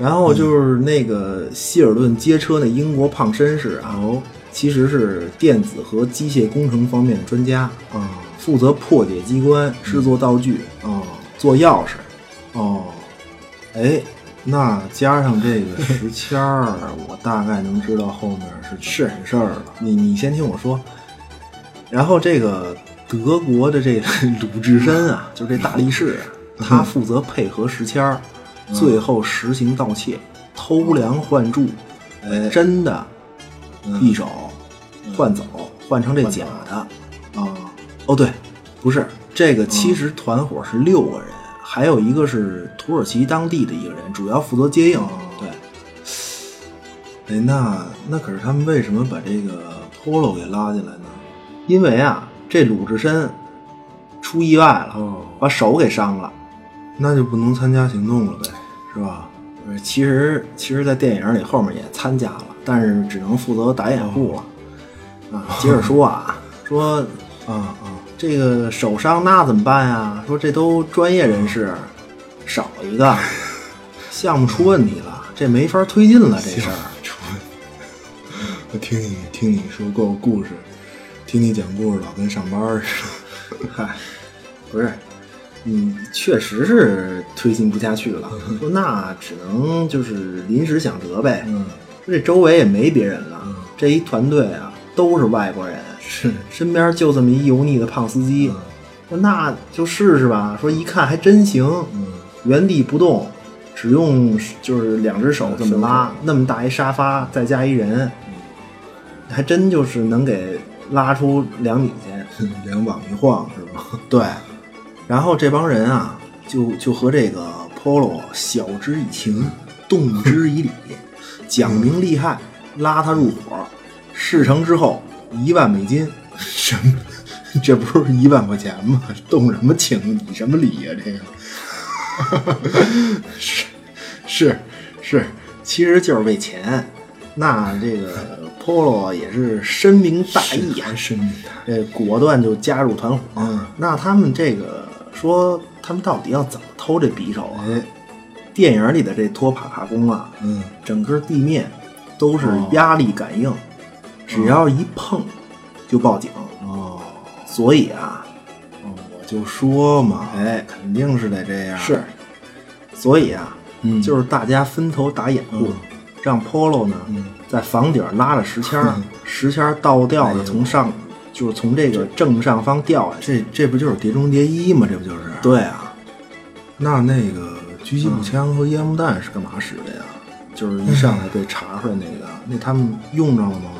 [SPEAKER 2] 然后就是那个希尔顿街车那英国胖绅士啊，
[SPEAKER 3] 哦
[SPEAKER 2] 其实是电子和机械工程方面的专家，
[SPEAKER 3] 啊
[SPEAKER 2] 负责破解机关、制作道具、
[SPEAKER 3] 嗯哦
[SPEAKER 2] 做钥匙。
[SPEAKER 3] 哦，哎，那加上这个石签儿，我大概能知道后面是怎么回事儿了。
[SPEAKER 2] 你你先听我说，然后这个德国的这个鲁智深啊，就是这大力士啊，他负责配合石谦儿，
[SPEAKER 3] 嗯
[SPEAKER 2] 最后实行盗窃、偷梁换柱，
[SPEAKER 3] 哎
[SPEAKER 2] 真的
[SPEAKER 3] 嗯
[SPEAKER 2] 匕首换走，换成这假的。
[SPEAKER 3] 啊
[SPEAKER 2] 哦，对，不是这个，其实团伙是六个人，
[SPEAKER 3] 还有一个是土耳其当地的一个人，主要负责接应。对，哎，那那可是他们为什么把这个 Polo 给拉进来呢？因为啊，这鲁智深出意外了，
[SPEAKER 2] 哦
[SPEAKER 3] 把手给伤了，那就不能参加行动了呗，是吧？呃其实，其实，在电影里后面也参加了，但是只能负责打掩护了。啊，接着说啊，说
[SPEAKER 2] 啊啊，
[SPEAKER 3] 这个手伤那怎么办呀？说这都专业人士，少 一个，项目出问题了，这没法推进了这事儿。
[SPEAKER 2] 我听你听你说过故事，听你讲故事老跟上班儿似
[SPEAKER 3] 嗨，不是，嗯，确实是推进不下去 了。说那只能就是临时想辙呗。
[SPEAKER 2] 的。嗯，
[SPEAKER 3] 说这周围也没别人了，这一团队啊都是外国人，
[SPEAKER 2] 是
[SPEAKER 3] 身边就这么一油腻的胖司机。说那就试试吧。说一看还真行。
[SPEAKER 2] 嗯
[SPEAKER 3] 原地不动，只用就是两只手这么拉
[SPEAKER 2] 手，
[SPEAKER 3] 那么大一沙发，再加一人，还真就是能给拉出两米去。
[SPEAKER 2] 两膀一晃是吧？
[SPEAKER 3] 对，然后这帮人啊，就就和这个 Polo 晓之以情，动之 以理，讲明利害，拉他入伙，事成之后一万美金。
[SPEAKER 2] 什 么？这不是一万块钱吗？动什么情？理什么理呀、这个 是是是，
[SPEAKER 3] 其实就是为钱。那这 个 Polo 也是深明大义啊，
[SPEAKER 2] 深明大
[SPEAKER 3] 这果断就加入团伙。
[SPEAKER 2] 嗯
[SPEAKER 3] 那他们这个说，他们到底要怎么偷这匕首啊？
[SPEAKER 2] 哎，
[SPEAKER 3] 电影里的这托帕卡宫啊，
[SPEAKER 2] 嗯，
[SPEAKER 3] 整个地面都是
[SPEAKER 2] 哦
[SPEAKER 3] 压力感应，只要一碰就报警。
[SPEAKER 2] 哦，
[SPEAKER 3] 所以啊，
[SPEAKER 2] 哦我就说嘛，
[SPEAKER 3] 哎，
[SPEAKER 2] 肯定是得这样。
[SPEAKER 3] 是，，所以啊，
[SPEAKER 2] 嗯
[SPEAKER 3] 就是大家分头打掩护，
[SPEAKER 2] 嗯
[SPEAKER 3] 让 Polo 呢、
[SPEAKER 2] 嗯
[SPEAKER 3] 在房顶拉着石签儿
[SPEAKER 2] 嗯，哎
[SPEAKER 3] 石签儿倒吊着从上，就是从这个正上方掉下去。
[SPEAKER 2] 这这不就是《碟中谍一》吗？这不就是？
[SPEAKER 3] 对啊，
[SPEAKER 2] 那那个狙击步枪和烟雾弹是干嘛使的呀？
[SPEAKER 3] 嗯就是一上来被查出来那个， 那他们用上了吗？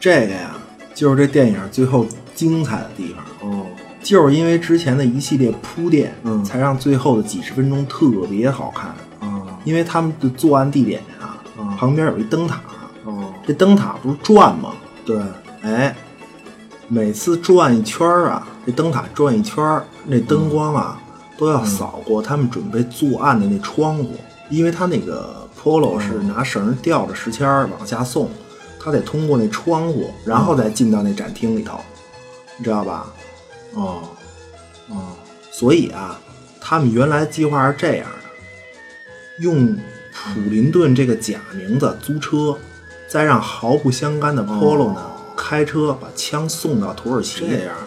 [SPEAKER 3] 这个呀，就是这电影最后精彩的地方，
[SPEAKER 2] 哦，
[SPEAKER 3] 就是因为之前的一系列铺垫，
[SPEAKER 2] 嗯
[SPEAKER 3] 才让最后的几十分钟特别好看。
[SPEAKER 2] 啊，
[SPEAKER 3] 因为他们的作案地点啊，
[SPEAKER 2] 嗯
[SPEAKER 3] 旁边有一灯塔，
[SPEAKER 2] 哦，
[SPEAKER 3] 这灯塔不是转吗？
[SPEAKER 2] 对，
[SPEAKER 3] 哎，每次转一圈儿啊，这灯塔转一圈儿，那灯光啊、
[SPEAKER 2] 嗯
[SPEAKER 3] 都要扫过他们准备作案的那窗户，因为他那个
[SPEAKER 2] 嗯
[SPEAKER 3] polo 是拿绳吊着石签儿往下送，他得通过那窗户，然
[SPEAKER 2] 嗯
[SPEAKER 3] 后再进到那展厅里头，你知道吧？
[SPEAKER 2] 哦，哦，
[SPEAKER 3] 所以啊，他们原来计划是这样的：用普林顿这个假名字租车，再让毫不相干的 Polo 呢、开车把枪送到土耳其，
[SPEAKER 2] 哦这样啊，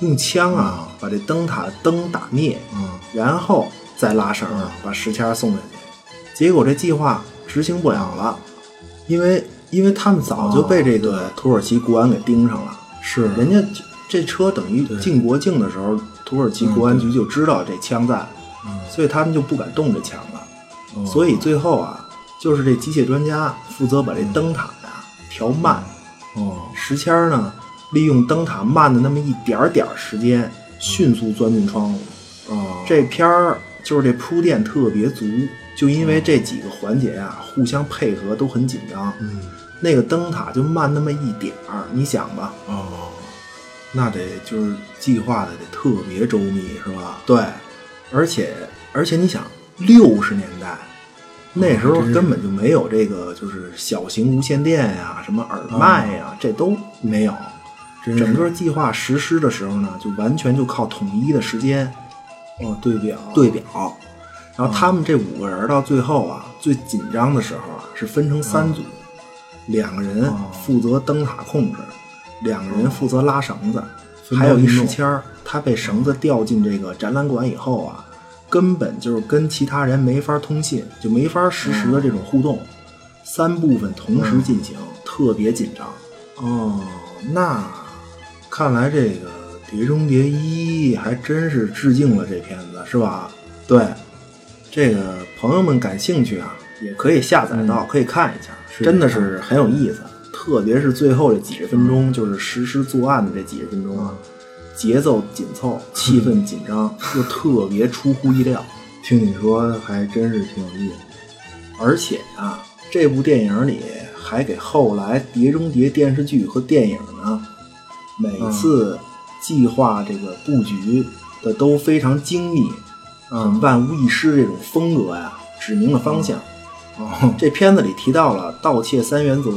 [SPEAKER 3] 用枪啊、把这灯塔的灯打灭，
[SPEAKER 2] 嗯，
[SPEAKER 3] 然后再拉绳、儿啊把石签儿送下去。结果这计划执行不了了，因为因为他们早就被这
[SPEAKER 2] 哦
[SPEAKER 3] 个土耳其国安给盯上了。
[SPEAKER 2] 是
[SPEAKER 3] 人家这这车等于进国境的时候，土耳其国安局就知道这枪在，
[SPEAKER 2] 嗯
[SPEAKER 3] 所以他们就不敢动这枪了。
[SPEAKER 2] 哦
[SPEAKER 3] 所以最后啊，就是这机械专家负责把这灯塔呀、调慢，嗯
[SPEAKER 2] 哦，
[SPEAKER 3] 石谦儿呢利用灯塔慢的那么一点儿点儿时间，迅速钻进窗户。
[SPEAKER 2] 哦，
[SPEAKER 3] 这片儿就是这铺垫特别足，就因为这几个环节呀、互相配合都很紧张。
[SPEAKER 2] 嗯，
[SPEAKER 3] 那个灯塔就慢那么一点儿，你想吧，
[SPEAKER 2] 哦，
[SPEAKER 3] 那得就是计划的得特别周密，是吧？对，而且而且你想，六十年代那
[SPEAKER 2] 哦
[SPEAKER 3] 时候根本就没有这个就是小型无线电呀、什么耳麦呀、这都没有。
[SPEAKER 2] 啊真是
[SPEAKER 3] 整个计划实施的时候呢，就完全就靠统一的时间
[SPEAKER 2] 哦，对表，
[SPEAKER 3] 对表。然后他们这五个人到最后啊，最紧张的时候啊，是分成三组，两个人
[SPEAKER 2] 啊
[SPEAKER 3] 负责灯塔控制，两个人负责拉绳子，
[SPEAKER 2] 分
[SPEAKER 3] 还
[SPEAKER 2] 头
[SPEAKER 3] 有一
[SPEAKER 2] 运
[SPEAKER 3] 石
[SPEAKER 2] 动
[SPEAKER 3] 签儿，他被绳子吊进这个展览馆以后啊，根本就是跟其他人没法通信，就没法实时的这种互动，三部分同时进行，特别紧张。
[SPEAKER 2] 哦，
[SPEAKER 3] 那看来这个《碟中谍一》还真是致敬了这片子，是吧？对，这个朋友们感兴趣啊，也可以下载到，可以看一下，
[SPEAKER 2] 是
[SPEAKER 3] 真的是很有意思。特别是最后这几十分钟，就是实施作案的这几十分钟啊，
[SPEAKER 2] 节奏紧凑，气氛紧张，又特别出乎意料。
[SPEAKER 3] 嗯听你说还真是挺有意思。
[SPEAKER 2] 而且啊，这部电影里还给后来《碟中谍》电视剧和电影呢，每次
[SPEAKER 3] 嗯
[SPEAKER 2] 计划这个布局的都非常精密，
[SPEAKER 3] 嗯
[SPEAKER 2] 很万无一失这种风格呀、指明了方向。
[SPEAKER 3] 哦
[SPEAKER 2] 这片子里提到了盗窃三原则，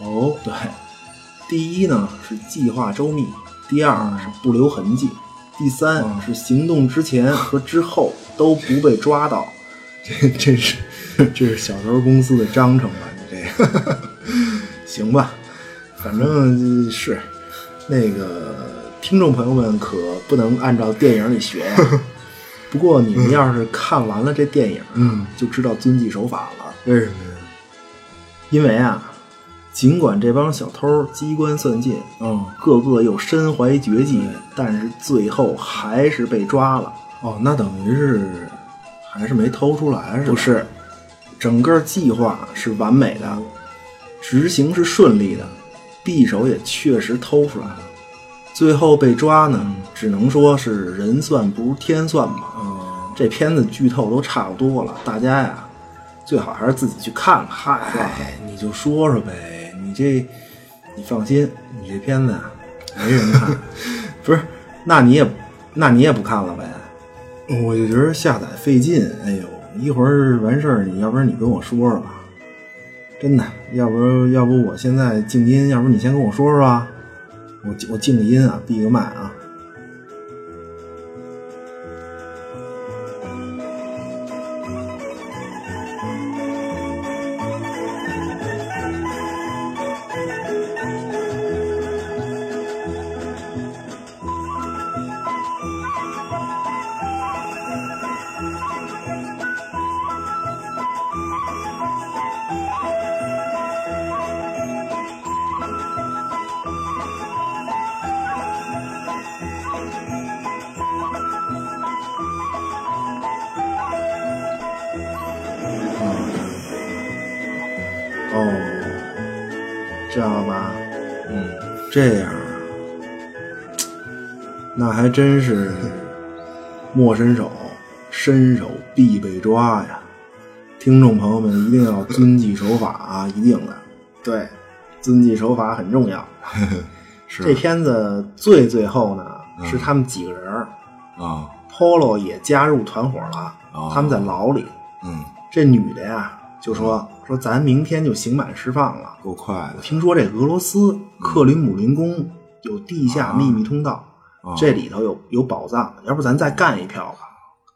[SPEAKER 3] 哦，
[SPEAKER 2] 对，第一呢是计划周密，第二是不留痕迹，第三
[SPEAKER 3] 嗯
[SPEAKER 2] 是行动之前和之后都不被抓到。
[SPEAKER 3] 这这 是这是小偷公司的章程吧？你这个 行吧？反正是
[SPEAKER 2] 那个听众朋友们可不能按照电影里学啊呀、 不过你们要是看完了这电影，啊
[SPEAKER 3] 嗯，
[SPEAKER 2] 就知道遵纪守法了。
[SPEAKER 3] 为什么呀？
[SPEAKER 2] 因为啊，尽管这帮小偷机关算尽，
[SPEAKER 3] 嗯
[SPEAKER 2] 个个又身怀绝技，但是最后还是被抓了。
[SPEAKER 3] 哦，那等于是还是没偷出来是吧？
[SPEAKER 2] 不是，整个计划是完美
[SPEAKER 3] 嗯
[SPEAKER 2] 的，执行是顺利的，匕首也确实偷出来了。最后被抓呢，只能说是人算不如天算吧。
[SPEAKER 3] 嗯，
[SPEAKER 2] 这片子剧透都差不多了，大家呀，最好还是自己去看看，是吧？
[SPEAKER 3] 哎，你就说说呗，你这
[SPEAKER 2] 你放心，
[SPEAKER 3] 你这片子啊，没人看，
[SPEAKER 2] 不是，那你也，那你也不看了呗？
[SPEAKER 3] 我就觉得下载费劲。哎呦，一会儿完事儿，你要不然你跟我说说吧，真的，要不要不我现在静音，要不你先跟我说说吧，我静我静个音啊，闭个麦啊。
[SPEAKER 2] 哦，知道了吧？
[SPEAKER 3] 嗯，这样啊，那还真是莫伸手，伸手必被抓呀！听众朋友们一定要遵纪守法啊，一定的。
[SPEAKER 2] 对，遵纪守法很重要。
[SPEAKER 3] 是
[SPEAKER 2] 这片子最最后呢，是他们几个人儿
[SPEAKER 3] 啊，
[SPEAKER 2] ，Polo 也加入团伙了
[SPEAKER 3] 哦，
[SPEAKER 2] 他们在牢里。
[SPEAKER 3] 嗯，
[SPEAKER 2] 这女的呀，就说说咱明天就刑满释放了。
[SPEAKER 3] 够快的
[SPEAKER 2] 听说这俄罗斯克里姆林宫有地下秘密通道，
[SPEAKER 3] 啊
[SPEAKER 2] 这里头有有宝藏，要不咱再干一票吧？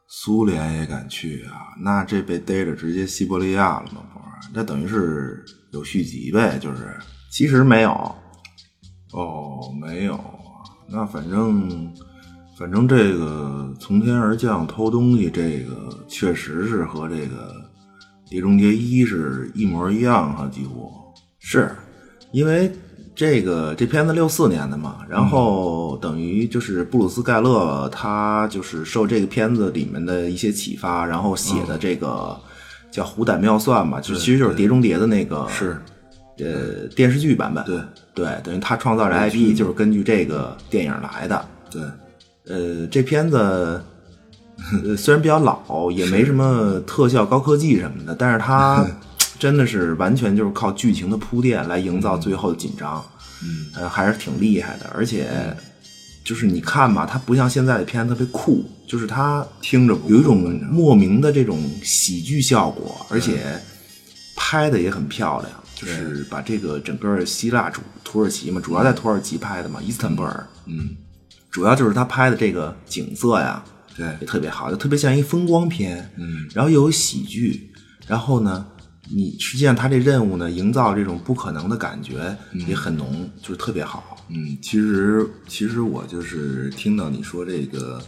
[SPEAKER 3] 苏联也敢去啊？那这被逮着直接西伯利亚了吗？不是，这等于是有续集呗，就是
[SPEAKER 2] 其实没有，
[SPEAKER 3] 哦，没有啊。那反正反正这个从天而降偷东西，这个确实是和这个《碟中谍一》是一模一样哈、几乎
[SPEAKER 2] 是
[SPEAKER 3] 因为这个这片子六四年的嘛，然后等于就是布鲁斯盖勒他就是受这个片子里面的一些启发，然后写的这个叫《虎胆妙算》嘛，就其实就是《碟中谍》的那个
[SPEAKER 2] 是
[SPEAKER 3] 呃电视剧版本，
[SPEAKER 2] 对
[SPEAKER 3] 对，等于他创造这 IP 就是根据这个电影来的。
[SPEAKER 2] 对，
[SPEAKER 3] 呃，这片子 呃虽然比较老，也没什么特效、高科技什么的，但是 它真的是完全就是靠剧情的铺垫来营造最后的紧张，
[SPEAKER 2] 嗯，
[SPEAKER 3] 呃，还是挺厉害的。而且就是你看吧，它不像现在的片特别酷，就是它
[SPEAKER 2] 听着不
[SPEAKER 3] 有一种莫名的这种喜剧效果，而且拍的也很漂亮，就是把这个整个希腊主土耳其嘛，主要在土耳其拍的嘛，伊斯坦布尔，
[SPEAKER 2] 嗯，
[SPEAKER 3] 主要就是他拍的这个景色呀，
[SPEAKER 2] 对
[SPEAKER 3] 也特别好，就特别像一风光片，
[SPEAKER 2] 嗯，
[SPEAKER 3] 然后又有喜剧，然后呢，你实际上他这任务呢，营造这种不可能的感觉也很浓，就是特别好，
[SPEAKER 2] 嗯，
[SPEAKER 3] 其实，其实我就是听到你说这个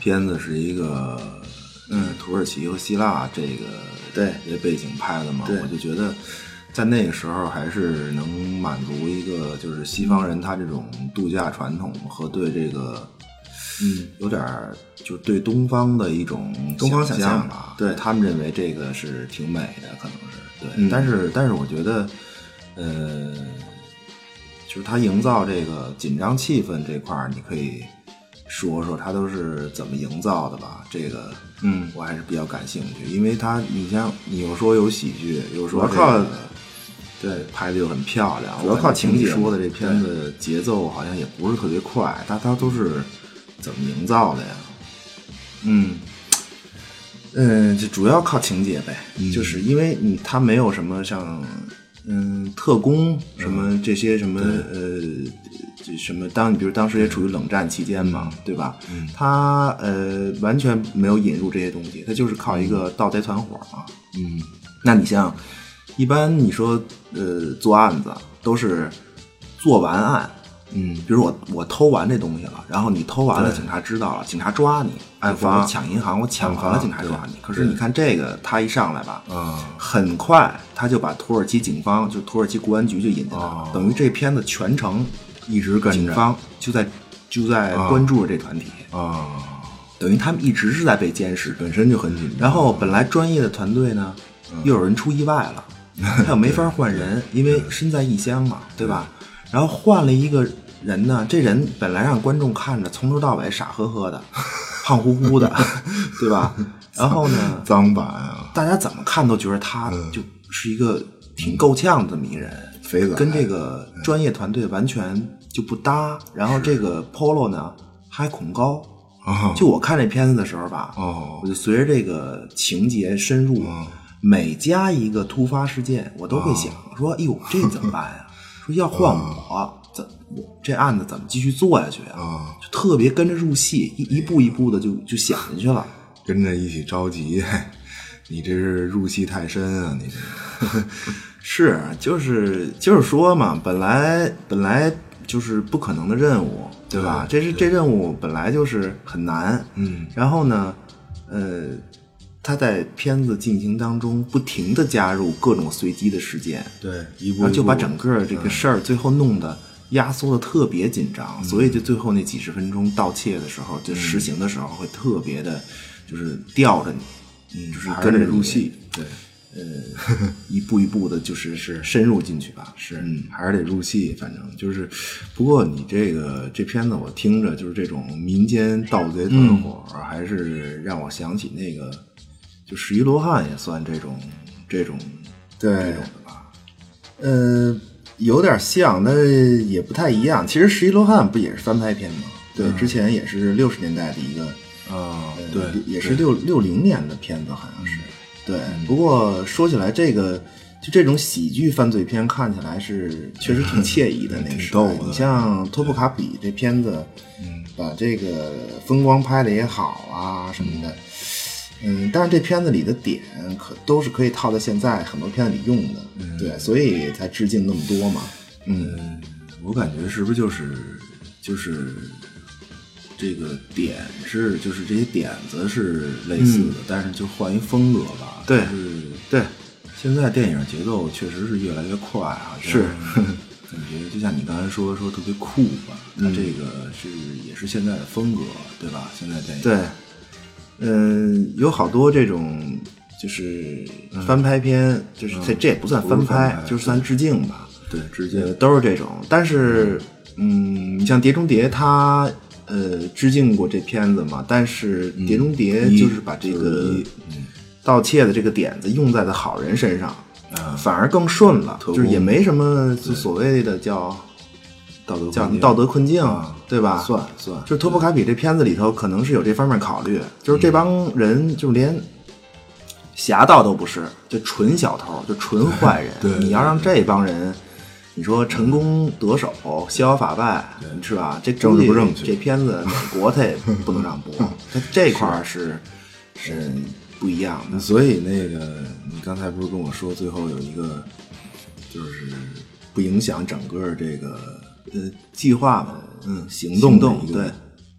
[SPEAKER 3] 片子是一个，嗯，土耳其和希腊这个
[SPEAKER 2] 对
[SPEAKER 3] 这背景拍的嘛，
[SPEAKER 2] 对
[SPEAKER 3] 我就觉得在那个时候还是能满足一个就是西方人他这种度假传统和对这个，嗯，有点儿就对东方的一种
[SPEAKER 2] 东方
[SPEAKER 3] 想
[SPEAKER 2] 想象
[SPEAKER 3] 吧，
[SPEAKER 2] 对
[SPEAKER 3] 他们认为这个是挺美的，可能是对，
[SPEAKER 2] 嗯
[SPEAKER 3] 但是但是我觉得，呃呃。就是他营造这个紧张气氛这块儿，你可以说说他都是怎么营造的吧。这个，
[SPEAKER 2] 嗯，
[SPEAKER 3] 我还是比较感兴趣，因为他，你像你又说有喜剧，又说
[SPEAKER 2] 主要靠
[SPEAKER 3] 这个对拍的又很漂亮，
[SPEAKER 2] 主要靠情节
[SPEAKER 3] 我感觉你说的这片子节奏好像也不是特别快，但它都是怎么营造的呀？
[SPEAKER 2] 嗯，
[SPEAKER 3] 嗯，就主要靠情节呗，
[SPEAKER 2] 嗯
[SPEAKER 3] 就是因为你他没有什么像嗯特工什么
[SPEAKER 2] 嗯
[SPEAKER 3] 这些什么、呃这什么当比如当时也处于冷战期间嘛，对吧？嗯、他呃完全没有引入这些东西，他就是靠一个盗贼团伙嘛。嗯，那你像一般你说呃做案子都是做完案。嗯，比如我我偷完这东西了，然后你偷完了，警察知道了，警察抓你，
[SPEAKER 2] 案
[SPEAKER 3] 就我
[SPEAKER 2] 发
[SPEAKER 3] 抢银行，我抢完了，警察抓你。可是你看这个，他一上来吧，
[SPEAKER 2] 啊，
[SPEAKER 3] 很快他就把土耳其警方，就土耳其国安局就引进来了，
[SPEAKER 2] 哦
[SPEAKER 3] 等于这片子全程一直
[SPEAKER 2] 跟着
[SPEAKER 3] 警方就在就在
[SPEAKER 2] 啊
[SPEAKER 3] 关注着这团体，
[SPEAKER 2] 啊，
[SPEAKER 3] 等于他们一直是在被监视。
[SPEAKER 2] 本身就很紧张，
[SPEAKER 3] 然后本来专业的团队呢，又有人出意外 了，他又没法换人，因为身在异乡嘛，对吧？然后换了一个人呢，这人本来让观众看着从头到尾傻呵呵 的、胖乎乎 的，对吧？然后呢，
[SPEAKER 2] 脏版啊，
[SPEAKER 3] 大家怎么看都觉得他就是一个挺够呛的这么一人，
[SPEAKER 2] 肥仔
[SPEAKER 3] 嗯跟这个嗯专业团队完全就不搭。然后这个 Polo 呢还恐高，
[SPEAKER 2] 啊，
[SPEAKER 3] 就我看这片子的时候吧，
[SPEAKER 2] 哦
[SPEAKER 3] 我就随着这个情节深入，
[SPEAKER 2] 嗯
[SPEAKER 3] 每加一个突发事件，我都会想、说：“哎呦，这怎么办呀？ 说要换我，怎我这案子怎么继续做下去啊？”
[SPEAKER 2] 啊，
[SPEAKER 3] 就特别跟着入戏，一一步一步的就就想进去了。
[SPEAKER 2] 跟着一起着急， 你这是入戏太深啊，你这
[SPEAKER 3] 是，啊就是就是说嘛，本来本来就是不可能的任务，对吧？这是这任务本来就是很难，
[SPEAKER 2] 嗯，
[SPEAKER 3] 然后呢，呃，他在片子进行当中不停的加入各种随机的事件，
[SPEAKER 2] 对，一
[SPEAKER 3] 然
[SPEAKER 2] 步
[SPEAKER 3] 后啊就把整个这个事儿最后弄得压缩的特别紧张，所以就最后那几十分钟盗窃的时候，就实行的时候会特别的，就是吊着你，嗯，就是跟着入戏，
[SPEAKER 2] 对，
[SPEAKER 3] 一步一步的，就是是深入进去吧，
[SPEAKER 2] 是，
[SPEAKER 3] 嗯，
[SPEAKER 2] 还是得入戏，反正就是。不过你这个这片子，我听着就是这种民间盗贼团伙，还是让我想起那个，就十一罗汉也算这种这种
[SPEAKER 3] 对，
[SPEAKER 2] 呃，有点像，但是也不太一样。其实《十一罗汉》不也是翻拍片吗？对，之前也是六十年代的一个，
[SPEAKER 3] 啊
[SPEAKER 2] 呃，
[SPEAKER 3] 对，嗯
[SPEAKER 2] 也是六六零年的片子，好像是。对，不过说起来，这个就这种喜剧犯罪片看起来 是确实挺惬意的，那个时代
[SPEAKER 3] 挺逗的
[SPEAKER 2] 你像《托布卡比》这片子，嗯，把这个风光拍的也好啊什么的。嗯，但是这片子里的点可都是可以套在现在很多片子里用的，对，所以才致敬那么多嘛。
[SPEAKER 3] 嗯，我感觉是不是就是就是这个点是就是这些点子是类似的，但是就换一风格吧。
[SPEAKER 2] 嗯对
[SPEAKER 3] 就是
[SPEAKER 2] 对，
[SPEAKER 3] 现在电影节奏确实是越来越快啊，
[SPEAKER 2] 是
[SPEAKER 3] 感觉就像你刚才说说特别酷吧，它
[SPEAKER 2] 嗯
[SPEAKER 3] 这个是也是现在的风格，对吧？现在电影
[SPEAKER 2] 对，
[SPEAKER 3] 嗯，有好多这种就是翻拍片，就是这这也不算翻
[SPEAKER 2] 嗯不是翻
[SPEAKER 3] 拍，
[SPEAKER 2] 拍
[SPEAKER 3] 就是算致敬吧。
[SPEAKER 2] 对，致
[SPEAKER 3] 呃，
[SPEAKER 2] 敬，
[SPEAKER 3] 都是这种。但是，嗯，你像《碟中谍》，它呃致敬过这片子嘛，但是《碟中谍》
[SPEAKER 2] 嗯一
[SPEAKER 3] 就是把这个嗯
[SPEAKER 2] 就是一
[SPEAKER 3] 盗窃的这个点子用在了好人身上，反而更顺了，
[SPEAKER 2] 嗯特
[SPEAKER 3] 就是也
[SPEAKER 2] 工
[SPEAKER 3] 没什么就所谓的叫
[SPEAKER 2] 道德
[SPEAKER 3] 叫
[SPEAKER 2] 观
[SPEAKER 3] 什么
[SPEAKER 2] 念
[SPEAKER 3] 道德困境，对吧？
[SPEAKER 2] 啊算算
[SPEAKER 3] 就是托普卡比这片子里头可能是有这方面考虑，就
[SPEAKER 2] 嗯
[SPEAKER 3] 是这帮人就连侠盗都不是，就纯小偷，就纯坏人。
[SPEAKER 2] 对对
[SPEAKER 3] 你要让这帮人，你说成功得手、逍遥法外，是吧？这
[SPEAKER 2] 政
[SPEAKER 3] 估
[SPEAKER 2] 治
[SPEAKER 3] 计
[SPEAKER 2] 不正确
[SPEAKER 3] 这片子美国他也不能 让播，他这块儿是是不一样的。
[SPEAKER 2] 所以那个，你刚才不是跟我说，最后有一个就是不影响整个这个
[SPEAKER 3] 呃，计划嘛，嗯，
[SPEAKER 2] 行
[SPEAKER 3] 行
[SPEAKER 2] 动的
[SPEAKER 3] 动
[SPEAKER 2] 一
[SPEAKER 3] 对
[SPEAKER 2] 个。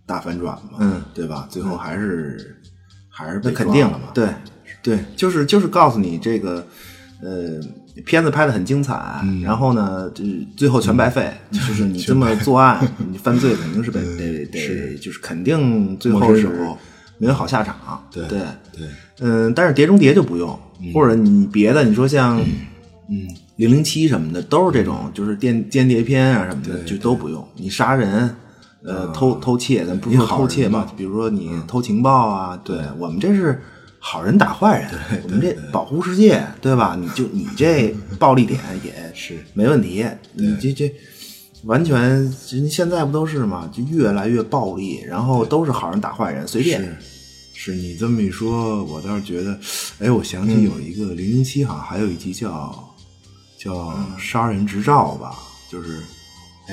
[SPEAKER 2] 大反转嘛，
[SPEAKER 3] 嗯
[SPEAKER 2] 对吧？最后还是、还是
[SPEAKER 3] 那
[SPEAKER 2] 被
[SPEAKER 3] 肯
[SPEAKER 2] 抓
[SPEAKER 3] 定
[SPEAKER 2] 了嘛，
[SPEAKER 3] 对对，就是就是告诉你这个，呃，片子拍的很精彩，然后呢，就是最后全白费，就是你这么作案，你犯罪肯定是被得得，就是肯定最后
[SPEAKER 2] 没
[SPEAKER 3] 是
[SPEAKER 2] 收手
[SPEAKER 3] 没有好下场，
[SPEAKER 2] 对
[SPEAKER 3] 对
[SPEAKER 2] 对，
[SPEAKER 3] 嗯，但是《碟中谍》就不用，或者你别的，你说像嗯零零七什么的，都是这种，就是间间谍片啊什么的，就都不用。你杀人，呃，偷偷窃，咱不说偷窃嘛，比如说你偷情报啊，对我们这是好人打坏人，我们这保护世界，对吧？你就你 这暴力点也
[SPEAKER 2] 是
[SPEAKER 3] 没问题，你这这完全，人现在不都是嘛，就越来越暴力，然后都是好人打坏人，随便，
[SPEAKER 2] 是你这么一说，我倒是觉得，哎，我想起有一个零零七，好像还有一集叫叫《杀人执照》吧，就是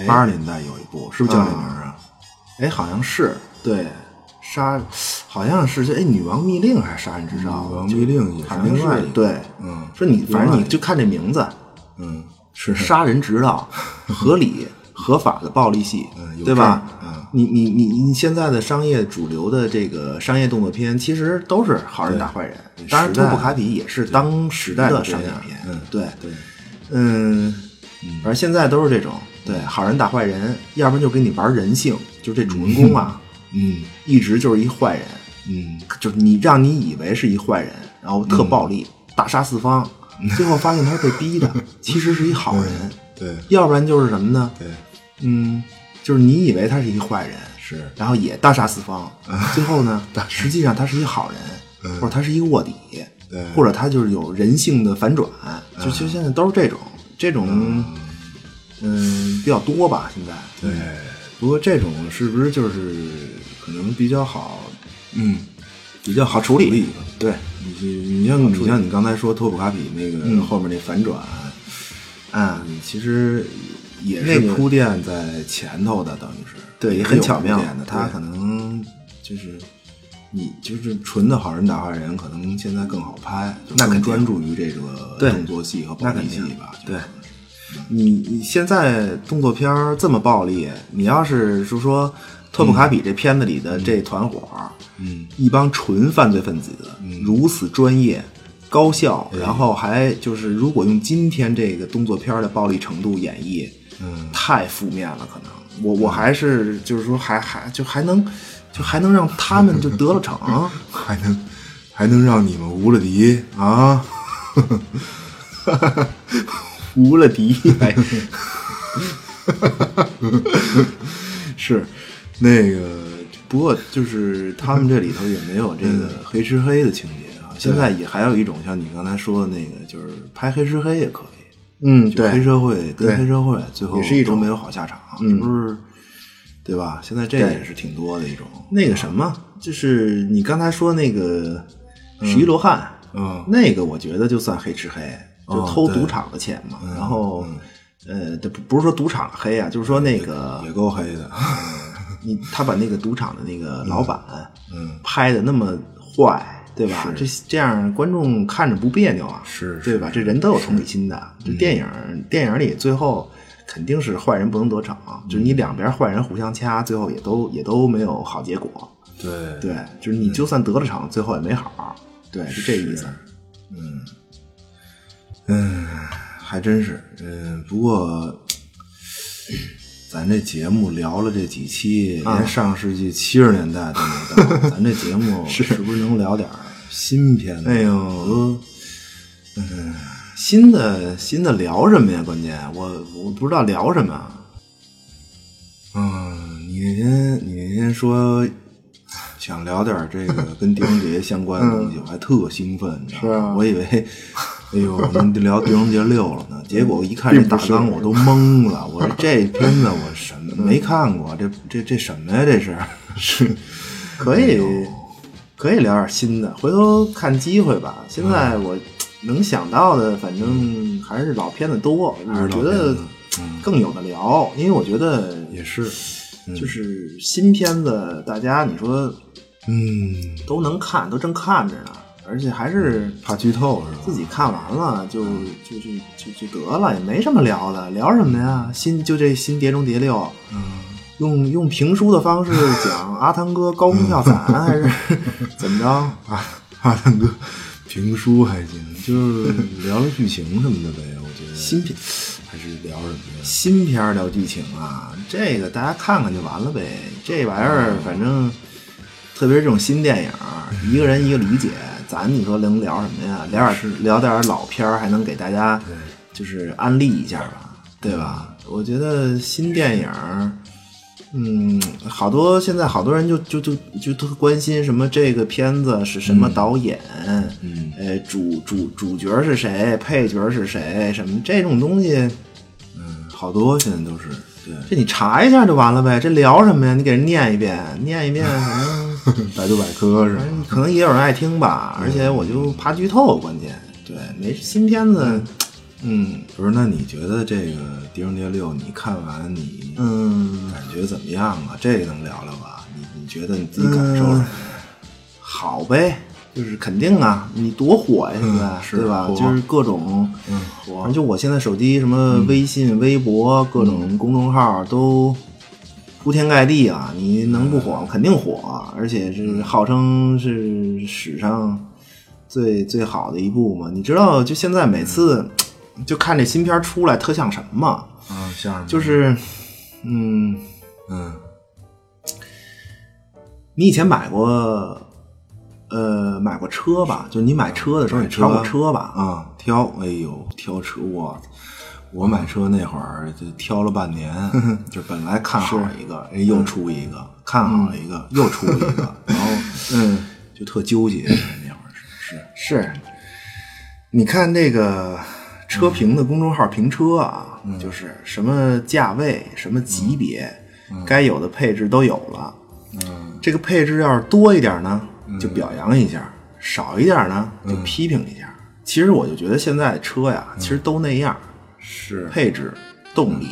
[SPEAKER 2] 八十年代有一部，是不是叫这名儿啊？
[SPEAKER 3] 哎，好像是对杀，好像是这哎女王密令还是杀人执照？
[SPEAKER 2] 女王密令也是
[SPEAKER 3] 好像
[SPEAKER 2] 另外一
[SPEAKER 3] 是
[SPEAKER 2] 个
[SPEAKER 3] 对，
[SPEAKER 2] 嗯
[SPEAKER 3] 说你反
[SPEAKER 2] 另外
[SPEAKER 3] 正
[SPEAKER 2] 一
[SPEAKER 3] 你
[SPEAKER 2] 个
[SPEAKER 3] 就看这名字，
[SPEAKER 2] 嗯，是
[SPEAKER 3] 杀人执 照，合理合法的暴力戏
[SPEAKER 2] 嗯有，
[SPEAKER 3] 对吧
[SPEAKER 2] 证儿嗯？
[SPEAKER 3] 你你你你现在的商业主流的这个商业动作片，其实都是好人打坏人
[SPEAKER 2] 对。
[SPEAKER 3] 当然，
[SPEAKER 2] 时
[SPEAKER 3] 托
[SPEAKER 2] 代
[SPEAKER 3] 普卡比也是当时的商业片
[SPEAKER 2] 嗯，
[SPEAKER 3] 对，
[SPEAKER 2] 对，
[SPEAKER 3] 嗯，反正现在都是这种，
[SPEAKER 2] 嗯
[SPEAKER 3] 对，好人打坏人，要不然就给你玩人性，就这主人 公啊，
[SPEAKER 2] 嗯
[SPEAKER 3] 一直就是一坏人，
[SPEAKER 2] 嗯，
[SPEAKER 3] 就是你让你以为是一坏人，然后特暴力，大杀四方，
[SPEAKER 2] 嗯
[SPEAKER 3] 最后发现他是被逼 的，其实是一好人。
[SPEAKER 2] 对
[SPEAKER 3] 要不然就是什么呢？
[SPEAKER 2] 嗯对
[SPEAKER 3] 嗯，就是你以为他是一坏人，
[SPEAKER 2] 是，
[SPEAKER 3] 然后也大杀四 方，最后呢，实际上他是一好人，
[SPEAKER 2] 嗯
[SPEAKER 3] 或者他是一个卧底
[SPEAKER 2] 对，嗯
[SPEAKER 3] 或者他就是有人性的反转，就其实现在都是这种这种，嗯，比较多吧，现在
[SPEAKER 2] 对。不过这种是不是就是可能比较好？嗯，
[SPEAKER 3] 比较好处理，对，
[SPEAKER 2] 你你像你像你刚才说托普卡比那
[SPEAKER 3] 嗯
[SPEAKER 2] 个后面那反转，
[SPEAKER 3] 啊，
[SPEAKER 2] 嗯，其实也
[SPEAKER 3] 那
[SPEAKER 2] 是
[SPEAKER 3] 个
[SPEAKER 2] 铺垫在前头的，等于是
[SPEAKER 3] 对
[SPEAKER 2] 也
[SPEAKER 3] 也很
[SPEAKER 2] 有
[SPEAKER 3] 巧妙
[SPEAKER 2] 铺垫的。他
[SPEAKER 3] 对
[SPEAKER 2] 可能就是你就是纯的好人打坏人，可能现在更好拍，就
[SPEAKER 3] 那
[SPEAKER 2] 更
[SPEAKER 3] 肯定
[SPEAKER 2] 专注于这个
[SPEAKER 3] 对
[SPEAKER 2] 动作戏和暴
[SPEAKER 3] 那
[SPEAKER 2] 力
[SPEAKER 3] 肯
[SPEAKER 2] 戏
[SPEAKER 3] 定
[SPEAKER 2] 吧。就可
[SPEAKER 3] 对
[SPEAKER 2] 能是，
[SPEAKER 3] 你你现在动作片儿这么暴力，你要是就说托普卡比这片子里的这团伙儿，
[SPEAKER 2] 嗯，
[SPEAKER 3] 一帮纯犯罪分子，如此专业、高效，然后还就是，如果用今天这个动作片儿的暴力程度演绎，
[SPEAKER 2] 嗯，
[SPEAKER 3] 太负面了，可能我我还是就是说还还啊就还能就还能让他们就得了逞，
[SPEAKER 2] 还能还能让你们无了敌啊！
[SPEAKER 3] 无 了敌。哎
[SPEAKER 2] 是，那个，不过就是他们这里头也没有这个黑吃黑的情节啊。现在也还有一种像你刚才说的那个，就是拍黑吃黑也可以，
[SPEAKER 3] 嗯，
[SPEAKER 2] 就黑
[SPEAKER 3] 对，
[SPEAKER 2] 社会
[SPEAKER 3] 对
[SPEAKER 2] 跟黑社会最后
[SPEAKER 3] 也是一种
[SPEAKER 2] 都没有好下场，
[SPEAKER 3] 嗯
[SPEAKER 2] 这不是对吧？现在这
[SPEAKER 3] 对
[SPEAKER 2] 也是挺多的一种，
[SPEAKER 3] 那个什么，就是你刚才说那个十一罗汉，
[SPEAKER 2] 嗯
[SPEAKER 3] 那个我觉得就算黑吃黑，就
[SPEAKER 2] 哦
[SPEAKER 3] 偷
[SPEAKER 2] 对嗯
[SPEAKER 3] 赌场的钱嘛。然后，呃，这不不是说赌场黑啊，就是说那个
[SPEAKER 2] 嗯也够黑的，
[SPEAKER 3] 你他把那个赌场的那个老板，
[SPEAKER 2] 嗯，
[SPEAKER 3] 拍的那么坏，对吧？这这样观众看着不别扭啊，
[SPEAKER 2] 是嗯
[SPEAKER 3] 对吧？这人都有同理心的。这电影电影里最后肯定是坏人不能得逞，就是
[SPEAKER 2] 嗯
[SPEAKER 3] 你两边坏人互相掐，最后也都也都没有好结果。
[SPEAKER 2] 对嗯
[SPEAKER 3] 对，就是你就算得了逞，最后也没好。对，是这意思。
[SPEAKER 2] 嗯还真是，嗯，不过。咱这节目聊了这几期，
[SPEAKER 3] 啊
[SPEAKER 2] 连上世纪七十年代都没到。咱这节目 是不是能聊点儿新片子？
[SPEAKER 3] 哎呦
[SPEAKER 2] 和呃
[SPEAKER 3] 新的新的聊什么呀？关键我我不知道聊什么。
[SPEAKER 2] 嗯，你那天你那天说想聊点这个 跟狄仁杰相关的东 西，我还特兴奋，你知道吗？
[SPEAKER 3] 是啊
[SPEAKER 2] 我以为， 哎呦，我们聊狄仁杰六了
[SPEAKER 3] 嗯
[SPEAKER 2] 呢，结果我一看这
[SPEAKER 3] 并
[SPEAKER 2] 大
[SPEAKER 3] 不是
[SPEAKER 2] 纲我都懵了，我说这片子我什 么
[SPEAKER 3] 嗯
[SPEAKER 2] 没看过，这这这什么呀？这哎是 是，
[SPEAKER 3] 可以，可以聊点新的，回头看机会吧。现在我能想到的，反正还是老片子多，
[SPEAKER 2] 是
[SPEAKER 3] 我
[SPEAKER 2] 老
[SPEAKER 3] 觉
[SPEAKER 2] 片子
[SPEAKER 3] 得
[SPEAKER 2] 嗯
[SPEAKER 3] 更有的聊，因为我觉得
[SPEAKER 2] 也是，
[SPEAKER 3] 就是新片子，大家你说
[SPEAKER 2] 嗯，
[SPEAKER 3] 都能看，都正看着呢，而且还是
[SPEAKER 2] 怕剧透是吧？
[SPEAKER 3] 自己看完了就就就就就得了，也没什么聊的，聊什么呀？新就这新《碟中谍六》，嗯，用用评书的方式 讲阿汤哥高空跳伞，还是 怎么着？哎
[SPEAKER 2] 啊，阿汤哥评书还行，就是聊聊剧情什么的呗，我觉得
[SPEAKER 3] 新片
[SPEAKER 2] 还是聊什么呀？
[SPEAKER 3] 新片儿聊剧情啊，这个大家看看就完了呗。这玩意儿反正，特别是这种新电影儿， 一个人一个理解，咱你说能聊什么呀？聊点儿聊点儿老片儿，还能给大家就是安利一下吧，对吧？我觉得新电影儿嗯，好多现在好多人就就就就特关心什么这个片子是什么导演，嗯，呃，主主主角是谁，配角是谁，什么这种东西，嗯，好多现在都是，
[SPEAKER 2] 对
[SPEAKER 3] 这你查一下就完了呗，这聊什么呀？你给人念一遍，念一 遍，反正
[SPEAKER 2] 百度百科是吧？
[SPEAKER 3] 可能也有人爱听吧，而且我就怕剧透，关键对，没新片子，嗯
[SPEAKER 2] 不是，那你觉得这个《碟中谍六》你看完你
[SPEAKER 3] 嗯，
[SPEAKER 2] 感觉怎么样啊？这个能聊聊吧？你你觉得你自己感受什么呀？
[SPEAKER 3] 好呗，就是肯定啊，你多火呀，现在、
[SPEAKER 2] 嗯是
[SPEAKER 3] 对吧？
[SPEAKER 2] 火
[SPEAKER 3] 就是各种，
[SPEAKER 2] 嗯，
[SPEAKER 3] 反
[SPEAKER 2] 我
[SPEAKER 3] 正就我现在手机什么微信、微博各
[SPEAKER 2] 嗯
[SPEAKER 3] 种公众号都铺天盖地啊，你能不
[SPEAKER 2] 嗯
[SPEAKER 3] 火吗肯定火，而且是号称是史上最最好的一部嘛。你知道，就现在每次
[SPEAKER 2] 嗯
[SPEAKER 3] 就看这新片儿出来，特像什么吗？
[SPEAKER 2] 啊，像什么
[SPEAKER 3] 就是，嗯，
[SPEAKER 2] 嗯
[SPEAKER 3] 你以前买过，呃，买过车吧？就你买车的时候，你
[SPEAKER 2] 买车
[SPEAKER 3] 挑过车吧？
[SPEAKER 2] 啊，挑，哎呦，挑车，我操我买车那会儿就挑了半 年，就本来
[SPEAKER 3] 啊
[SPEAKER 2] 看好一个，哎，又出一个，看好一个，又出一 个，然后
[SPEAKER 3] 嗯，
[SPEAKER 2] 就特纠结那会儿是是，
[SPEAKER 3] 是。你看这个车评的公众号评车啊，
[SPEAKER 2] 嗯
[SPEAKER 3] 就是什么价位、什么级别，该有的配置都有了。
[SPEAKER 2] 嗯
[SPEAKER 3] 这个配置要是多一点呢，就表扬一下；少一点呢，就批评一下。其实我就觉得现在车呀，其实都那样。
[SPEAKER 2] 是，
[SPEAKER 3] 配置、动力，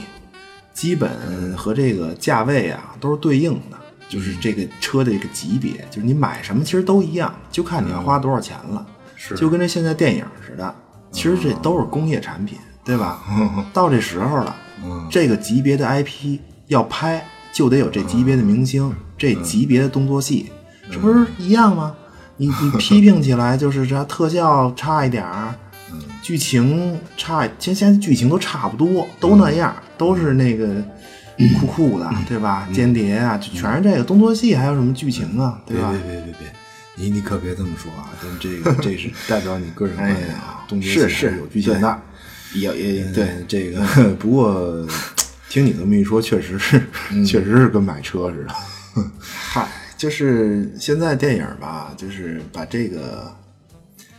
[SPEAKER 3] 基本和这个价位啊都是对应的，就是这个车的这个级别，就是你买什么其实都一样，就看你要花多少钱了。
[SPEAKER 2] 嗯是
[SPEAKER 3] 就跟这现在电影似的，其实这都是工业产品，对 吧？到这时候了，
[SPEAKER 2] 嗯
[SPEAKER 3] 这个级别的 IP 要拍，就得有这级别的明星，这级别的动作戏，
[SPEAKER 2] 嗯
[SPEAKER 3] 这不是一样吗？你 你批评起来就是这特效差一点儿，剧情差，其实现在剧情都差不多，都那
[SPEAKER 2] 嗯
[SPEAKER 3] 样，都是那个酷酷的，对吧？间谍啊，
[SPEAKER 2] 嗯
[SPEAKER 3] 就全是这个动作戏，还有什么剧情啊，对
[SPEAKER 2] 别
[SPEAKER 3] 吧
[SPEAKER 2] 别？别别别，你你可别这么说啊，咱这个这 是代表你个人观
[SPEAKER 3] 哎
[SPEAKER 2] 点
[SPEAKER 3] 呀
[SPEAKER 2] 啊，东西
[SPEAKER 3] 是
[SPEAKER 2] 还
[SPEAKER 3] 是
[SPEAKER 2] 有局限的。
[SPEAKER 3] 也也
[SPEAKER 2] 嗯
[SPEAKER 3] 对，
[SPEAKER 2] 这 个，不过听你这么一说，确实是，
[SPEAKER 3] 嗯
[SPEAKER 2] 确实是跟买车似的。
[SPEAKER 3] 嗨，就是现在电影吧，就是把这个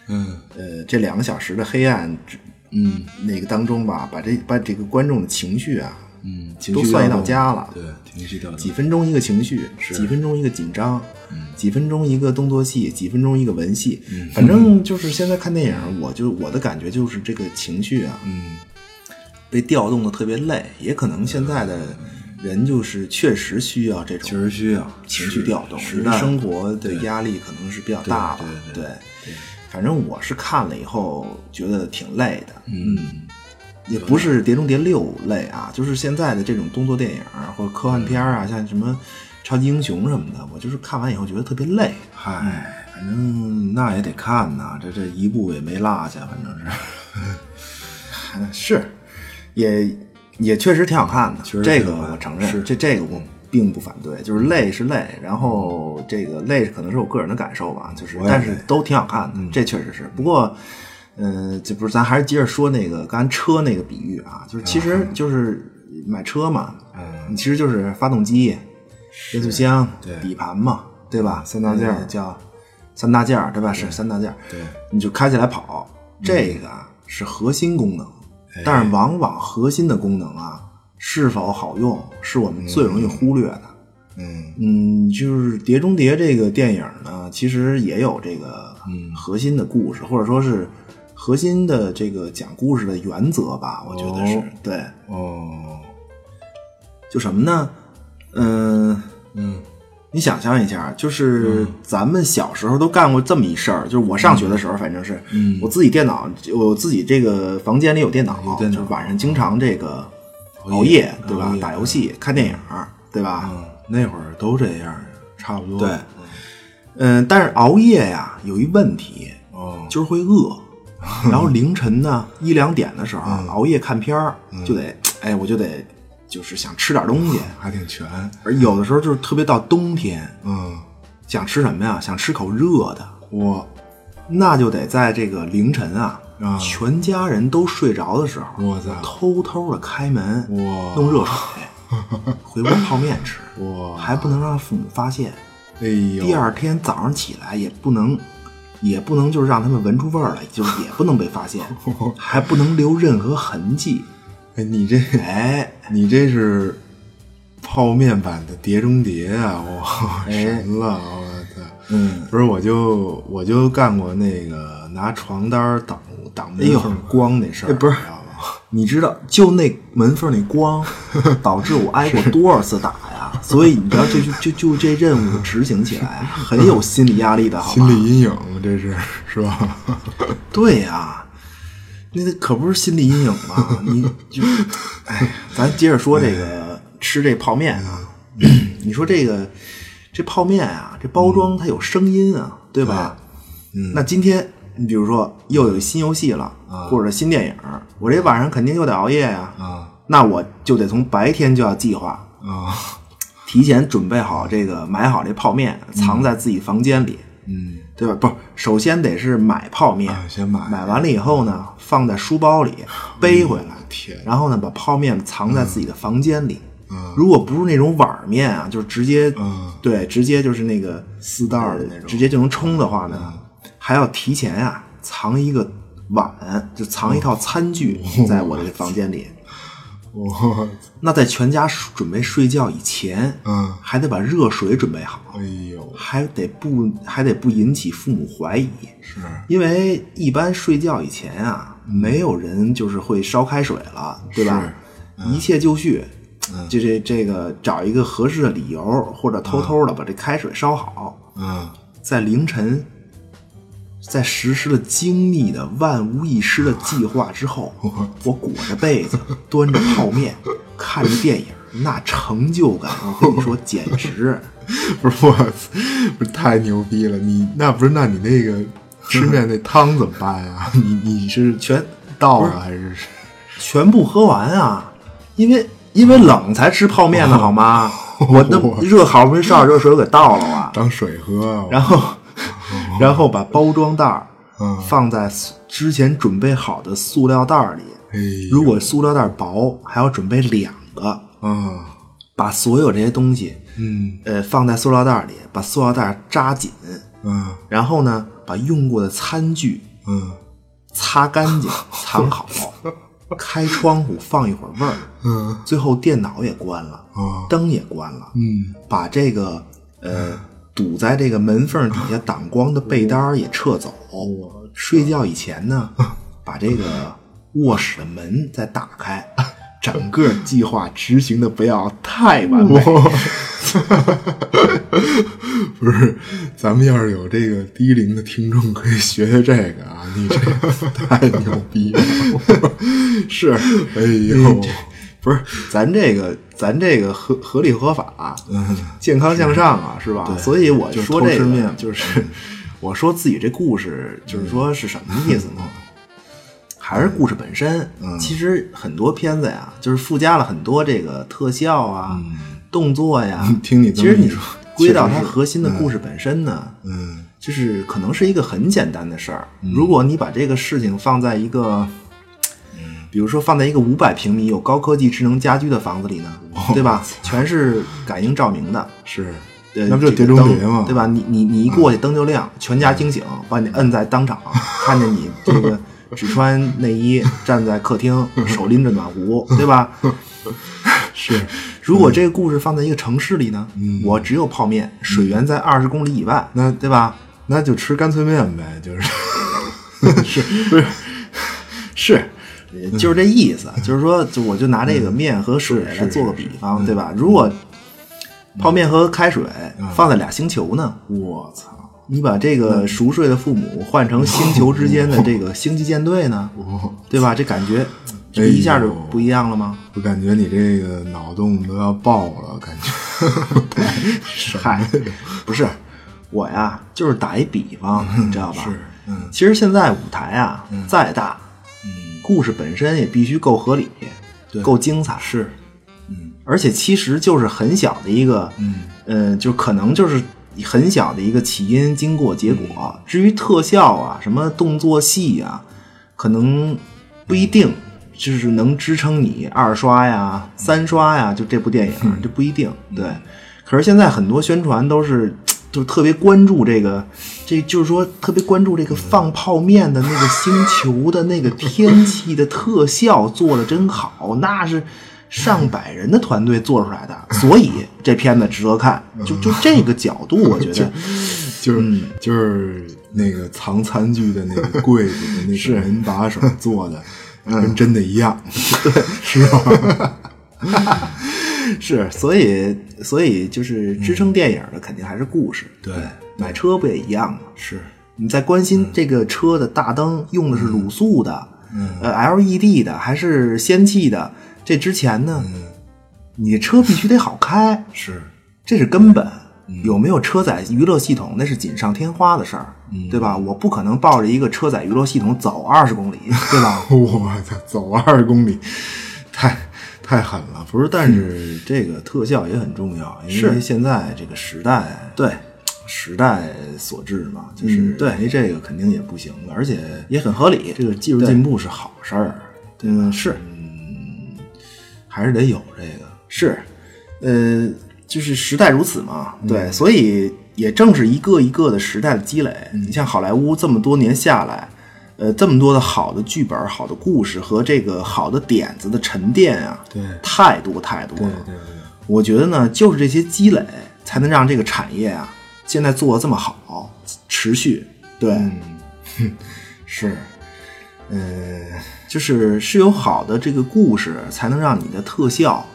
[SPEAKER 2] 嗯
[SPEAKER 3] 呃这两个小时的黑暗之
[SPEAKER 2] 嗯
[SPEAKER 3] 那个当中吧，把这把这个观众的情绪啊，
[SPEAKER 2] 嗯，
[SPEAKER 3] 都算一到家了
[SPEAKER 2] 对，情绪调动嗯
[SPEAKER 3] 几分钟一个情绪，几分钟一个紧张，几分钟一个动作戏，几分钟一个文戏，反正就是现在看电影，我就我的感觉就是这个情绪啊，
[SPEAKER 2] 嗯
[SPEAKER 3] 被调动的特别累，也可能现在的人就是确实需要这种
[SPEAKER 2] 确实需要
[SPEAKER 3] 情绪调动，
[SPEAKER 2] 时
[SPEAKER 3] 因
[SPEAKER 2] 代
[SPEAKER 3] 为生活的压力可能是比较大了。
[SPEAKER 2] 对对对
[SPEAKER 3] 反正我是看了以后觉得挺累的，
[SPEAKER 2] 嗯
[SPEAKER 3] 也不是《碟中谍六》累啊，就是现在的这种动作电影啊或者科幻片啊，像什么超级英雄什么的，我就是看完以后觉得特别累。
[SPEAKER 2] 嗨，哎反正那也得看呐，这这一部也没落下，反正是
[SPEAKER 3] 是，也也确实挺好看的，
[SPEAKER 2] 确实
[SPEAKER 3] 这
[SPEAKER 2] 挺
[SPEAKER 3] 个
[SPEAKER 2] 好看
[SPEAKER 3] 我承认，
[SPEAKER 2] 是
[SPEAKER 3] 这这个我并不反对，就是累是累，然后这个累可能是我个人的感受吧，就是
[SPEAKER 2] 我也
[SPEAKER 3] 但是
[SPEAKER 2] 累嗯
[SPEAKER 3] 都挺好看的，这确实是。不过，嗯，这不是咱还是接着说那个刚才车那个比喻啊，就是其实就是买车嘛，
[SPEAKER 2] 嗯
[SPEAKER 3] 你其实就是发动机、变速箱、
[SPEAKER 2] 对嗯
[SPEAKER 3] 底盘嘛，对吧？三大件儿叫三大件儿，对吧？是三大件儿，
[SPEAKER 2] 对嗯
[SPEAKER 3] 你就开起来跑，这个啊是核心功能，
[SPEAKER 2] 哎
[SPEAKER 3] 但是往往核心的功能啊是否好用，是我们最容易忽略的。
[SPEAKER 2] 嗯
[SPEAKER 3] 嗯，就是《碟中谍》这个电影呢，其实也有这个
[SPEAKER 2] 嗯
[SPEAKER 3] 核心的故事，或者说是核心的这个讲故事的原则吧，我觉得是、
[SPEAKER 2] 哦
[SPEAKER 3] 对。
[SPEAKER 2] 哦
[SPEAKER 3] 就什么呢？嗯、
[SPEAKER 2] 嗯
[SPEAKER 3] 你想象一下，就是咱们小时候都干过这么一事儿，就是我上学的时候，反正是，
[SPEAKER 2] 嗯
[SPEAKER 3] 我自己电脑，我自己这个房间里有电脑，
[SPEAKER 2] 有电脑
[SPEAKER 3] 就是晚上经常这个
[SPEAKER 2] 熬夜嗯
[SPEAKER 3] 熬夜，对
[SPEAKER 2] 熬
[SPEAKER 3] 吧？
[SPEAKER 2] 夜
[SPEAKER 3] 打游戏、看电影，对吧？
[SPEAKER 2] 嗯，那会儿都这样，差不多
[SPEAKER 3] 对，嗯，但是熬夜呀有一问题，
[SPEAKER 2] 哦
[SPEAKER 3] 就是 会饿，然后凌晨呢一两点的时候
[SPEAKER 2] 嗯
[SPEAKER 3] 熬夜看片儿，就得，哎，我就得就是想吃点东西，
[SPEAKER 2] 还挺全，
[SPEAKER 3] 而有的时候就是特别到冬天，
[SPEAKER 2] 嗯
[SPEAKER 3] 想吃什么呀？想吃口热的，
[SPEAKER 2] 我
[SPEAKER 3] 那就得在这个凌晨啊，
[SPEAKER 2] 啊
[SPEAKER 3] 全家人都睡着的时候，
[SPEAKER 2] 哇塞
[SPEAKER 3] 偷偷的开门，
[SPEAKER 2] 哇
[SPEAKER 3] 弄热水，回锅泡面吃，
[SPEAKER 2] 哇
[SPEAKER 3] 还不能让父母发现。
[SPEAKER 2] 哎呦，
[SPEAKER 3] 第二天早上起来也不能，也不能就是让他们闻出味儿来，就是也不能被 发现，还不能留任何痕迹。
[SPEAKER 2] 哎，你这
[SPEAKER 3] 哎，
[SPEAKER 2] 你这是泡面版的《碟中谍》啊！我
[SPEAKER 3] 哎
[SPEAKER 2] 神了，我操！
[SPEAKER 3] 嗯，
[SPEAKER 2] 不是，我就我就干过那个拿床单儿挡挡
[SPEAKER 3] 哎
[SPEAKER 2] 门
[SPEAKER 3] 呦
[SPEAKER 2] 缝光那事儿，
[SPEAKER 3] 哎不是
[SPEAKER 2] 你知道吗？
[SPEAKER 3] 你知道，就那门缝那光，导致我挨过多少次打呀？所以你知道，这就就就这任务执行起来很有心理压力的，好吧？
[SPEAKER 2] 心理阴影，这是是吧？
[SPEAKER 3] 对呀、那那可不是心理阴影吗？你就，哎，咱接着说这个吃这泡面啊，你说这个这泡面啊，这包装它有声音啊，对吧？嗯，那今天你比如说又有新游戏了，或者新电影儿，我这晚上肯定又得熬夜呀、
[SPEAKER 2] 啊
[SPEAKER 3] 那我就得从白天就要计划，
[SPEAKER 2] 啊，
[SPEAKER 3] 提前准备好这个买好这泡面，藏在自己房间里。
[SPEAKER 2] 嗯，
[SPEAKER 3] 对吧？不是，首先得是买泡面，
[SPEAKER 2] 啊先买哎
[SPEAKER 3] 完了以后呢，放在书包里背回来，
[SPEAKER 2] 天嗯
[SPEAKER 3] 然后呢，把泡面藏在自己的房间里。如果不是那种碗儿面啊，就是直接，
[SPEAKER 2] 嗯
[SPEAKER 3] 对，直接就是那个
[SPEAKER 2] 丝带儿的那种嗯
[SPEAKER 3] 直接就能冲的话呢，还要提前啊藏一个碗，就藏
[SPEAKER 2] 哦
[SPEAKER 3] 一套餐具在我的房间里。
[SPEAKER 2] 我
[SPEAKER 3] 那在全家准备睡觉以前，
[SPEAKER 2] 嗯
[SPEAKER 3] 还得把热水准备好，
[SPEAKER 2] 哎呦，
[SPEAKER 3] 还得不还得不引起父母怀疑，
[SPEAKER 2] 是
[SPEAKER 3] 因为一般睡觉以前啊，没有人就是会烧开水了，对吧？一切就绪，这这这个找一个合适的理由，或者偷偷的把这开水烧好，
[SPEAKER 2] 嗯，
[SPEAKER 3] 在凌晨，在实施了精密的万无一失的计划之后，我裹着被子，端着泡面，看着电影，那成就感，我跟你说，简直。
[SPEAKER 2] 不是我操，不是太牛逼了！你那不是那你那个吃面那汤怎么办呀？ 你你是
[SPEAKER 3] 全
[SPEAKER 2] 倒了还是？
[SPEAKER 3] 全部喝完啊，因为因为冷才吃泡面的好吗？我那热好不容易烧点热水我给倒 了啊，
[SPEAKER 2] 当水喝啊？
[SPEAKER 3] 然后然后把包装袋儿
[SPEAKER 2] 嗯
[SPEAKER 3] 放在塑之前准备好的塑料袋儿里，
[SPEAKER 2] 哎呦
[SPEAKER 3] 如果塑料袋儿薄，还要准备两个，
[SPEAKER 2] 啊，
[SPEAKER 3] 把所有这些东西
[SPEAKER 2] 嗯
[SPEAKER 3] 呃放在塑料袋儿里，把塑料袋儿扎紧，
[SPEAKER 2] 嗯
[SPEAKER 3] 然后呢把用过的餐具
[SPEAKER 2] 嗯
[SPEAKER 3] 擦干 净，藏好，开窗户放一会儿味儿。
[SPEAKER 2] 嗯
[SPEAKER 3] 最后电脑也关了，
[SPEAKER 2] 啊
[SPEAKER 3] 灯也关了，
[SPEAKER 2] 嗯，
[SPEAKER 3] 把这个呃堵在这个门缝底下挡光的被单儿也撤走。睡觉以 前呢，把这个卧室的门再打开。整个计划执行的不要太完美，
[SPEAKER 2] 不是，咱们要是有这个低龄的听众，可以学学这个啊！你这太牛逼了！
[SPEAKER 3] 是
[SPEAKER 2] 哎呦，
[SPEAKER 3] 不是？咱这个咱这个合合理合法、啊健康向上啊，是吧？所以我
[SPEAKER 2] 嗯就是
[SPEAKER 3] 说这
[SPEAKER 2] 偷吃
[SPEAKER 3] 个
[SPEAKER 2] 面嗯
[SPEAKER 3] 就是， 我说自己这故事，就是说是什么意思呢？
[SPEAKER 2] 嗯
[SPEAKER 3] 还是故事本身。其实很多片子呀，就是附加了很多这个特效啊、动作呀。
[SPEAKER 2] 嗯 听你这
[SPEAKER 3] 其
[SPEAKER 2] 么一
[SPEAKER 3] 实你
[SPEAKER 2] 说
[SPEAKER 3] 归到它
[SPEAKER 2] 确实是
[SPEAKER 3] 核心的故事本身呢，
[SPEAKER 2] 嗯
[SPEAKER 3] 就是可能是一个很简单的事儿。如果你把这个事情放在一个，比如说放在一个五百平米有高科技智能家居的房子里呢，对吧？全是感应照明的，
[SPEAKER 2] 哦是，
[SPEAKER 3] 呃
[SPEAKER 2] 那不就
[SPEAKER 3] 这
[SPEAKER 2] 碟
[SPEAKER 3] 个
[SPEAKER 2] 中
[SPEAKER 3] 灯
[SPEAKER 2] 谍吗？嗯
[SPEAKER 3] 对吧？你你你一过去灯就亮，全家惊醒，把你摁在 当场，看见你这个只穿内衣站在 客厅，手拎着暖壶，对吧？
[SPEAKER 2] 是，嗯
[SPEAKER 3] 如果这个故事放在一个城市里呢，我只有泡面，水源在二十公里以外，
[SPEAKER 2] 那
[SPEAKER 3] 对吧？
[SPEAKER 2] 那就吃干脆面呗， 就是。
[SPEAKER 3] 是，就是这意思，就是说，就我就拿这个面和水来做个比方，对吧？如果泡面和开水放在俩星球呢？
[SPEAKER 2] 我操！
[SPEAKER 3] 你把这个熟睡的父母换成星球之间的这个星际舰队呢，对吧？这感觉这不一下就不一样了吗？
[SPEAKER 2] 我感觉你这个脑洞都要爆了，感觉。
[SPEAKER 3] 嗨， 不是，我呀就是打一比方，你知道吧？是，嗯，其实现在舞台啊再大，嗯，故事本身也必须够合理，对，够精彩，是，嗯，而且其实就是很小的一个，嗯，呃，就可能就是。很小的一个起因、经过、结果。至于特效啊，什么动作戏啊，可能不一定，就是能支撑你二刷呀、三刷呀，就这部电影、这不一定。对，可是现在很多宣传都是。就是特别关注这个，这就是说特别关注这个放泡面的那个星球的那个天气的特效做的真好，那是上百人的团队做出来的，所以这片子值得看。就就这个角度，我觉得
[SPEAKER 1] 就是、就是那个藏餐具的那个柜子的 那个门把手做的，跟真的一样，对，是吧？
[SPEAKER 3] 是，所以所以就是支撑电影的肯定还是故事。
[SPEAKER 1] 对，
[SPEAKER 3] 买车不也一样吗？
[SPEAKER 1] 是，
[SPEAKER 3] 你在关心这个车的大灯用的是卤素的，
[SPEAKER 1] 嗯
[SPEAKER 3] 呃，LED 的还是氙气的？这之前呢，你车必须得好开，
[SPEAKER 1] 是，
[SPEAKER 3] 这是根本。有没有车载娱乐系统，那是锦上添花的事儿，对吧？我不可能抱着一个车载娱乐系统走二十公里，对吧？
[SPEAKER 1] 我操，走二十公里，太太狠了，
[SPEAKER 3] 不是，但是这个特效也很重要，因为
[SPEAKER 1] 是
[SPEAKER 3] 现在这个时代， 对时代所致嘛，就是、嗯
[SPEAKER 1] 嗯
[SPEAKER 3] 对，因为这个肯定也不行，而且也很合理。这个技术进步是好事儿，嗯，是，嗯，还是得有这个是，呃，就是时代如此嘛，
[SPEAKER 1] 嗯
[SPEAKER 3] 对，所以也正是一个一个的时代的积累。
[SPEAKER 1] 嗯
[SPEAKER 3] 你像好莱坞这么多年下来，呃，这么多的好的剧本、好的故事和这个好的点子的沉淀啊，
[SPEAKER 1] 对
[SPEAKER 3] 太多太多了。
[SPEAKER 1] 对对。
[SPEAKER 3] 我觉得呢，就是这些积累，才能让这个产业啊，现在做的这么好，持续。对，
[SPEAKER 1] 嗯是，
[SPEAKER 3] 呃就是是有好的这个故事，才能让你的特效、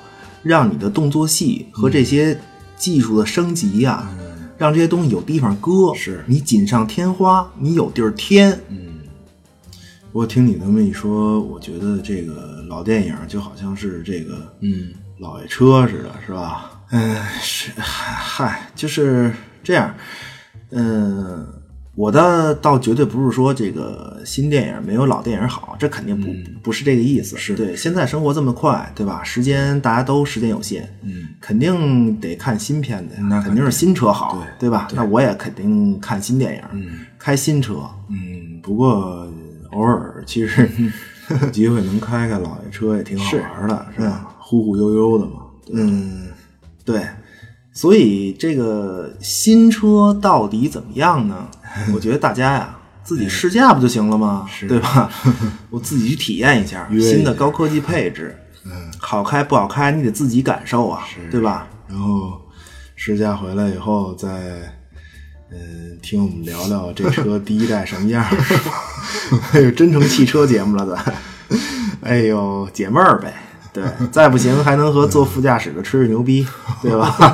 [SPEAKER 3] 让你的动作戏和这些技术的升级呀、让这些东西有地方搁，
[SPEAKER 1] 是
[SPEAKER 3] 你锦上添花，你有地儿添。
[SPEAKER 1] 不过听你这么一说，我觉得这个老电影就好像是这个嗯老爷车似的，是吧？
[SPEAKER 3] 嗯、是，嗨，就是这样。嗯、我的倒绝对不是说这个新电影没有老电影好，这肯定不、不是这个意思。嗯是对，现在生活这么快，对吧？时间大家都时间有限，嗯，肯定得看新片子呀，
[SPEAKER 1] 那
[SPEAKER 3] 肯定是新车好，对吧那我也肯定看新电影，嗯，开新车，
[SPEAKER 1] 嗯，不过偶尔其实有机会能开开老爷车也挺好玩的，是吧？忽忽悠悠的嘛。
[SPEAKER 3] 嗯，对，所以这个新车到底怎么样 呢？我觉得大家呀自己试驾不就行了吗？对吧？ 我自己去体验一下
[SPEAKER 1] 一下
[SPEAKER 3] 新的高科技配置，
[SPEAKER 1] 嗯，
[SPEAKER 3] 好开不好开你得自己感受啊，对吧？
[SPEAKER 1] 然后试驾回来以后再，
[SPEAKER 3] 呃
[SPEAKER 1] 嗯，听我们聊聊这车第一代什么样儿，是吧？
[SPEAKER 3] 哎呦，真成汽车节目了，咱，哎呦，解闷儿呗。对，再不行还能和坐副驾驶的吹吹牛逼，对吧？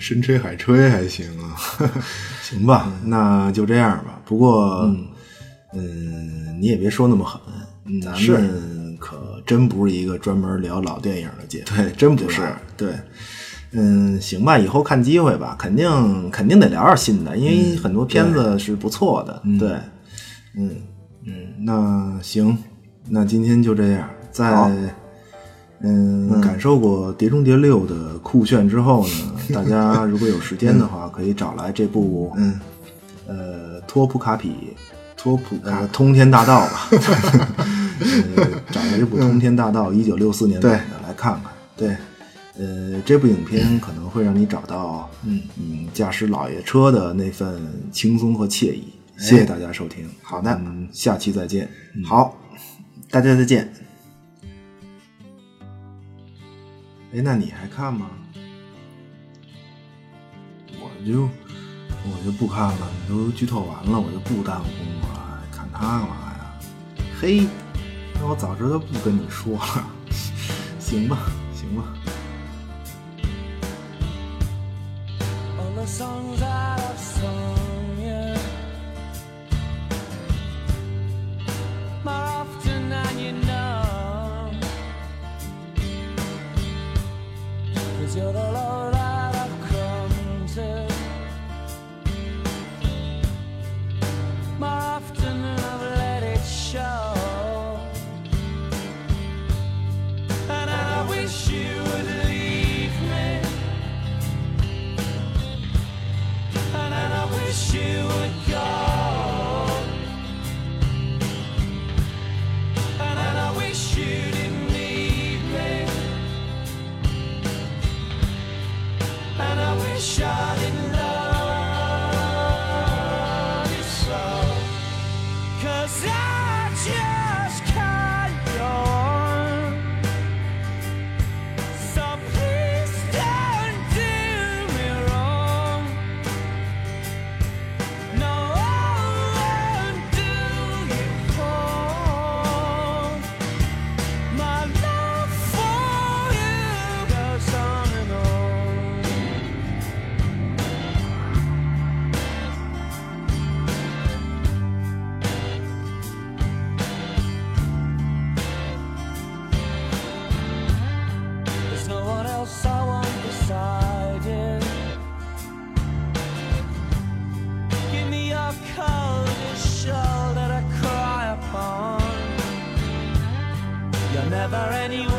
[SPEAKER 1] 深吹海吹还行啊。
[SPEAKER 3] 行吧，那就这样吧。不过，嗯，你也别说那么狠，咱们可真不是一个专门聊老电影的节目，对，真不是，对。嗯，行吧，以后看机会吧，肯定肯定得聊点新的，因为很多片子是不错的，对，嗯嗯，那行，那今天就这样，在嗯感受过《碟中谍六》的酷炫之 后呢，大家如果有时间的话，可以找来这部嗯呃托普卡比托普呃通天大道 吧，呃找来这部《通天大道》一九六四年版的来看看，对。呃，这部影片可能会让你找到，嗯嗯，驾驶老爷车的那份轻松和惬意。谢谢大家收听，好的，嗯、下期再见。好，大家再见。哎，那你还看吗？
[SPEAKER 1] 我就我就不看了，你都剧透完了，我就不耽误工作了，还看它干嘛呀？
[SPEAKER 3] 嘿，那我早知道不跟你说 了。行吧，行吧。
[SPEAKER 5] all the songs that I've sung, yeah. More often than you know, cause you're the low that I've come to. More often than I've let it show, and I wish you would Cause I just can't go on. So please don't do me wrong. No, I won't do you wrong. My love for you goes on and on. There's no one else I want beside you. Give me your cold shoulder to cry upon. You're never anyone